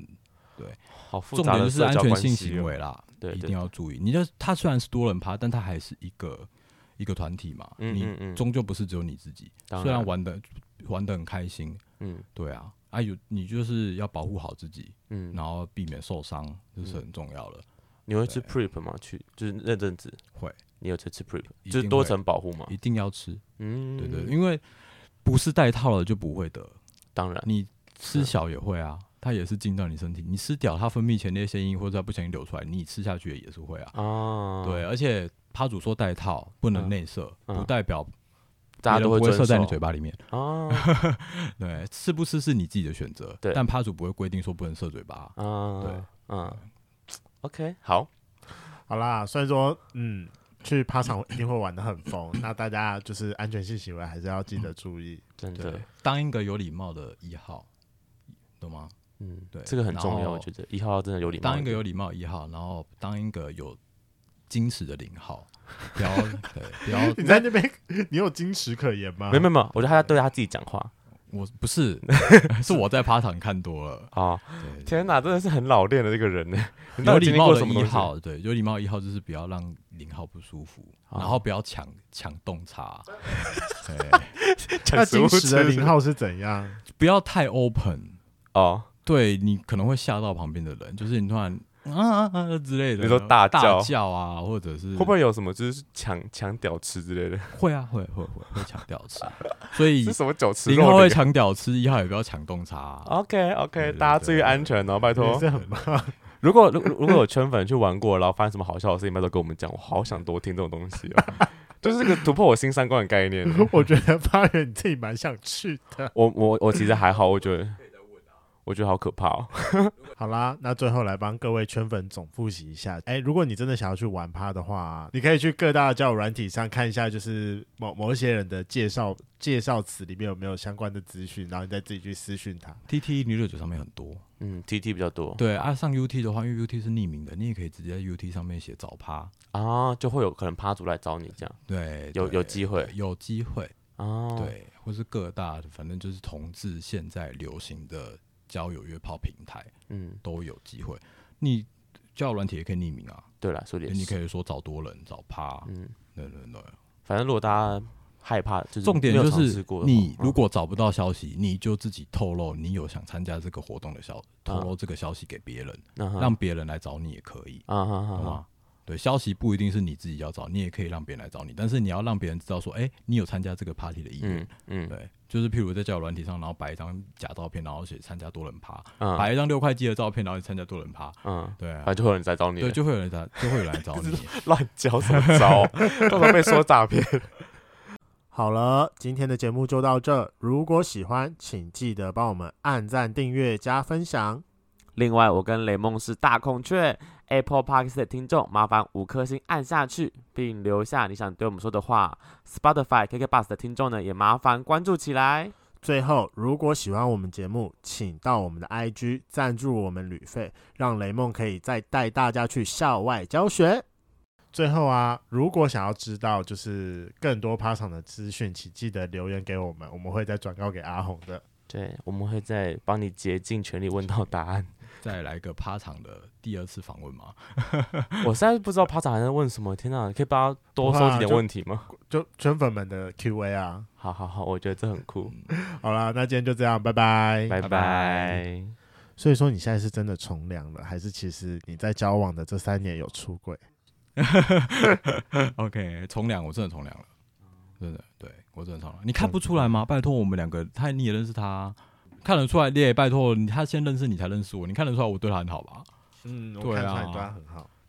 [SPEAKER 2] 好复
[SPEAKER 3] 重
[SPEAKER 2] 杂
[SPEAKER 3] 点
[SPEAKER 2] 的
[SPEAKER 3] 就是
[SPEAKER 2] 社
[SPEAKER 3] 安
[SPEAKER 2] 交
[SPEAKER 3] 全
[SPEAKER 2] 关
[SPEAKER 3] 性
[SPEAKER 2] 系
[SPEAKER 3] 行
[SPEAKER 2] 哦，
[SPEAKER 3] 为啦，
[SPEAKER 2] 对
[SPEAKER 3] 一
[SPEAKER 2] 对
[SPEAKER 3] 定要注意。你就他虽然是多人趴，但他还是一个一个团体嘛，
[SPEAKER 2] 嗯嗯嗯
[SPEAKER 3] 你终究不是只有你自己，
[SPEAKER 2] 当
[SPEAKER 3] 虽然
[SPEAKER 2] 然
[SPEAKER 3] 玩的玩的很开心，
[SPEAKER 2] 嗯
[SPEAKER 3] 对啊，啊有你就是要保护好自己，
[SPEAKER 2] 嗯，
[SPEAKER 3] 然后避免受伤，这是很重要的。
[SPEAKER 2] 你会吃 prep 吗？去就是那阵子
[SPEAKER 3] 会，
[SPEAKER 2] 你有吃吃 prep，
[SPEAKER 3] 一
[SPEAKER 2] 就是
[SPEAKER 3] 定
[SPEAKER 2] 多
[SPEAKER 3] 会
[SPEAKER 2] 层保护嘛。
[SPEAKER 3] 一定要吃，
[SPEAKER 2] 嗯，
[SPEAKER 3] 对对，因为不是带套了就不会得，
[SPEAKER 2] 当然，
[SPEAKER 3] 你吃
[SPEAKER 2] 是
[SPEAKER 3] 小也会啊，它也是进到你身体，你吃掉它分泌前列腺液或者它不小心流出来，你吃下去也是会啊。
[SPEAKER 2] 啊，
[SPEAKER 3] 对，，而且趴主说戴套不
[SPEAKER 2] 嗯
[SPEAKER 3] 能内射，
[SPEAKER 2] 嗯
[SPEAKER 3] 不代表
[SPEAKER 2] 大家
[SPEAKER 3] 别人
[SPEAKER 2] 都
[SPEAKER 3] 不会
[SPEAKER 2] 遵
[SPEAKER 3] 射在
[SPEAKER 2] 守
[SPEAKER 3] 你嘴 巴里面。
[SPEAKER 2] 啊
[SPEAKER 3] 对，吃不吃是你自己的选择，
[SPEAKER 2] 对
[SPEAKER 3] 但趴主不会规定说不能射嘴巴。
[SPEAKER 2] 啊，
[SPEAKER 3] 对，
[SPEAKER 2] 嗯，OK，好，
[SPEAKER 1] 好啦，虽然说嗯，去趴场一定会玩的很疯，那大家就是安全性行为还是要记得注意。
[SPEAKER 2] 真的
[SPEAKER 3] 对，，当一个有礼貌的一号，懂吗？
[SPEAKER 2] 嗯，
[SPEAKER 3] 对
[SPEAKER 2] 这个很重
[SPEAKER 3] 然
[SPEAKER 2] 要，
[SPEAKER 3] 后
[SPEAKER 2] 我觉得一号真的有礼貌点，
[SPEAKER 3] 当一个有礼貌一号，然后当一个有矜持的零 号，不要对，不要
[SPEAKER 1] 你在那边，你有矜持可言吗？
[SPEAKER 3] 啊
[SPEAKER 2] 没有没有没有，我觉得他在对他自己讲话，
[SPEAKER 3] 我 不是，是我在趴场看多了。
[SPEAKER 2] 啊、
[SPEAKER 3] 对，
[SPEAKER 2] 天哪，真的是很老练的这个人 呢。你到
[SPEAKER 3] 有
[SPEAKER 2] 底经
[SPEAKER 3] 礼
[SPEAKER 2] 历
[SPEAKER 3] 貌
[SPEAKER 2] 过
[SPEAKER 3] 的
[SPEAKER 2] 什么
[SPEAKER 3] 一
[SPEAKER 2] 东西？
[SPEAKER 3] 号，对，有礼貌的一号就是不要让零号不舒服，
[SPEAKER 2] 啊
[SPEAKER 3] 然后不要抢抢洞察，对，
[SPEAKER 1] 那
[SPEAKER 2] 讲食物
[SPEAKER 1] 金石的
[SPEAKER 2] 吃
[SPEAKER 1] 零号是怎样？
[SPEAKER 3] 不要太 open，
[SPEAKER 2] 哦，
[SPEAKER 3] 对你可能会吓到旁边的人，就是你突然啊啊啊之类的，
[SPEAKER 2] 你说大
[SPEAKER 3] 大
[SPEAKER 2] 叫
[SPEAKER 3] 叫啊，或者是
[SPEAKER 2] 会不会有什么就是抢抢屌吃之类的？
[SPEAKER 3] 会啊会会会会抢屌吃，所以
[SPEAKER 2] 是什么酒吃
[SPEAKER 3] 零
[SPEAKER 2] 肉
[SPEAKER 3] 号
[SPEAKER 2] 的
[SPEAKER 3] 会
[SPEAKER 2] 一个
[SPEAKER 3] 抢屌吃，一号也不要抢洞察啊，
[SPEAKER 2] ？OK
[SPEAKER 3] 对
[SPEAKER 2] OK，
[SPEAKER 3] 对
[SPEAKER 2] 大家
[SPEAKER 3] 对
[SPEAKER 2] 注意安全哦，拜
[SPEAKER 1] 也
[SPEAKER 2] 托。
[SPEAKER 1] 是很棒。
[SPEAKER 2] 如果如如果有圈粉去玩过，然后发生什么好笑的事情，拜托跟我们讲，我好想多听这种东西哦。 就是这个突破我新三观的概念。 哦
[SPEAKER 1] 我觉得发源你自己蛮想去的。
[SPEAKER 2] 我我我其实还好，我觉得我觉得好可怕哦。
[SPEAKER 1] 好啦，那最后来帮各位圈粉总复习一下。哎，如果你真的想要去玩趴的话，你可以去各大的交友软体上看一下，就是某某一些人的介绍介绍词里面有没有相关的资讯，然后你再自己去私讯他。
[SPEAKER 3] T T 女六九上面很多，
[SPEAKER 2] 嗯，TT 比较多
[SPEAKER 3] 对啊，上 U T 的话，因为 U T 是匿名的，你也可以直接在 U T 上面写早趴，
[SPEAKER 2] 啊，就会有可能趴主来找你这样
[SPEAKER 3] 对，
[SPEAKER 2] 有
[SPEAKER 3] 对
[SPEAKER 2] 有机会
[SPEAKER 3] 有机会，
[SPEAKER 4] 哦
[SPEAKER 2] 啊。，
[SPEAKER 3] 对，或是各大的反正就是同志现在流行的交友约炮平台
[SPEAKER 2] 嗯，
[SPEAKER 3] 都有机会。你交友软体也可以匿名啊，
[SPEAKER 2] 对啦，所以也
[SPEAKER 3] 你
[SPEAKER 2] 是
[SPEAKER 3] 可以说找多人、找趴，
[SPEAKER 2] 嗯，
[SPEAKER 3] 对对对。
[SPEAKER 2] 反正如果大家害怕，就是
[SPEAKER 3] 重点
[SPEAKER 2] 没有
[SPEAKER 3] 就
[SPEAKER 2] 尝试
[SPEAKER 3] 是
[SPEAKER 2] 过的话
[SPEAKER 3] 你如
[SPEAKER 2] 嗯
[SPEAKER 3] 果找不到消息，你就自己透露你有想参加这个活动的消，透
[SPEAKER 2] 啊
[SPEAKER 3] 露这个消息给别人，
[SPEAKER 2] 嗯哼
[SPEAKER 3] 让别人来找你也可以，
[SPEAKER 2] 啊哈哈哈
[SPEAKER 3] 懂吗？对，消息不一定是你自己要找，你也可以让别人来找你，但是你要让别人知道说，哎、你有参加这个 party 的意愿。
[SPEAKER 2] 嗯嗯
[SPEAKER 3] 对，就是譬如在交友软体上，然后摆一张假照片，然后写参加多人趴，
[SPEAKER 2] 嗯
[SPEAKER 3] 摆一张六块肌的照片，然后去参加多人趴，
[SPEAKER 2] 嗯，
[SPEAKER 3] 对啊
[SPEAKER 2] 反，正就会有人来找你
[SPEAKER 3] 对，
[SPEAKER 2] 了，
[SPEAKER 3] 就会有人来，就会有 人来找你。
[SPEAKER 2] 乱教什么 招，到时候被说诈骗。
[SPEAKER 1] 好了，今天的节目就到这。如果喜欢，请记得帮我们按赞、订阅、加分享。
[SPEAKER 4] 另外，我跟雷梦是大孔雀 Apple Park 的听众，麻烦五颗星按下去，并留下你想对我们说的话。Spotify KK Bus 的听众呢，也麻烦关注起来。
[SPEAKER 1] 最后，如果喜欢我们节目，请到我们的 IG 赞助我们旅费，让雷梦可以再带大家去校外教学。最后啊，如果想要知道就是更多趴场的资讯，请记得留言给我们，我们会再转告给阿红的。
[SPEAKER 2] 对，我们会再帮你竭尽全力问到答案。
[SPEAKER 3] 再来一个趴场的第二次访问嘛，
[SPEAKER 2] 我现在不知道趴长还在问什么，天哪！可以帮他多收集
[SPEAKER 1] 不怕
[SPEAKER 2] 点
[SPEAKER 1] 就
[SPEAKER 2] 问题吗？
[SPEAKER 1] 就圈粉们的 Q&A 啊。
[SPEAKER 2] 好好好，我觉得这很酷，
[SPEAKER 3] 嗯
[SPEAKER 1] 好啦，那今天就这样，拜哎拜。
[SPEAKER 2] 拜
[SPEAKER 3] 拜
[SPEAKER 2] 拜
[SPEAKER 3] 拜。
[SPEAKER 1] 所以说，你现在是真的从良了，还是其实你在交往的这三年有出轨？
[SPEAKER 3] OK，从良，我真的从良了，真的，对我真的从良。你看不出来吗？拜托，我们两个，他你也认识他啊、看得出来，你也拜托，你他先认识你才认识我，你看得出来我对他很好吧？
[SPEAKER 1] 嗯，
[SPEAKER 3] 我看出来你对
[SPEAKER 1] 对
[SPEAKER 3] 他
[SPEAKER 1] 很好。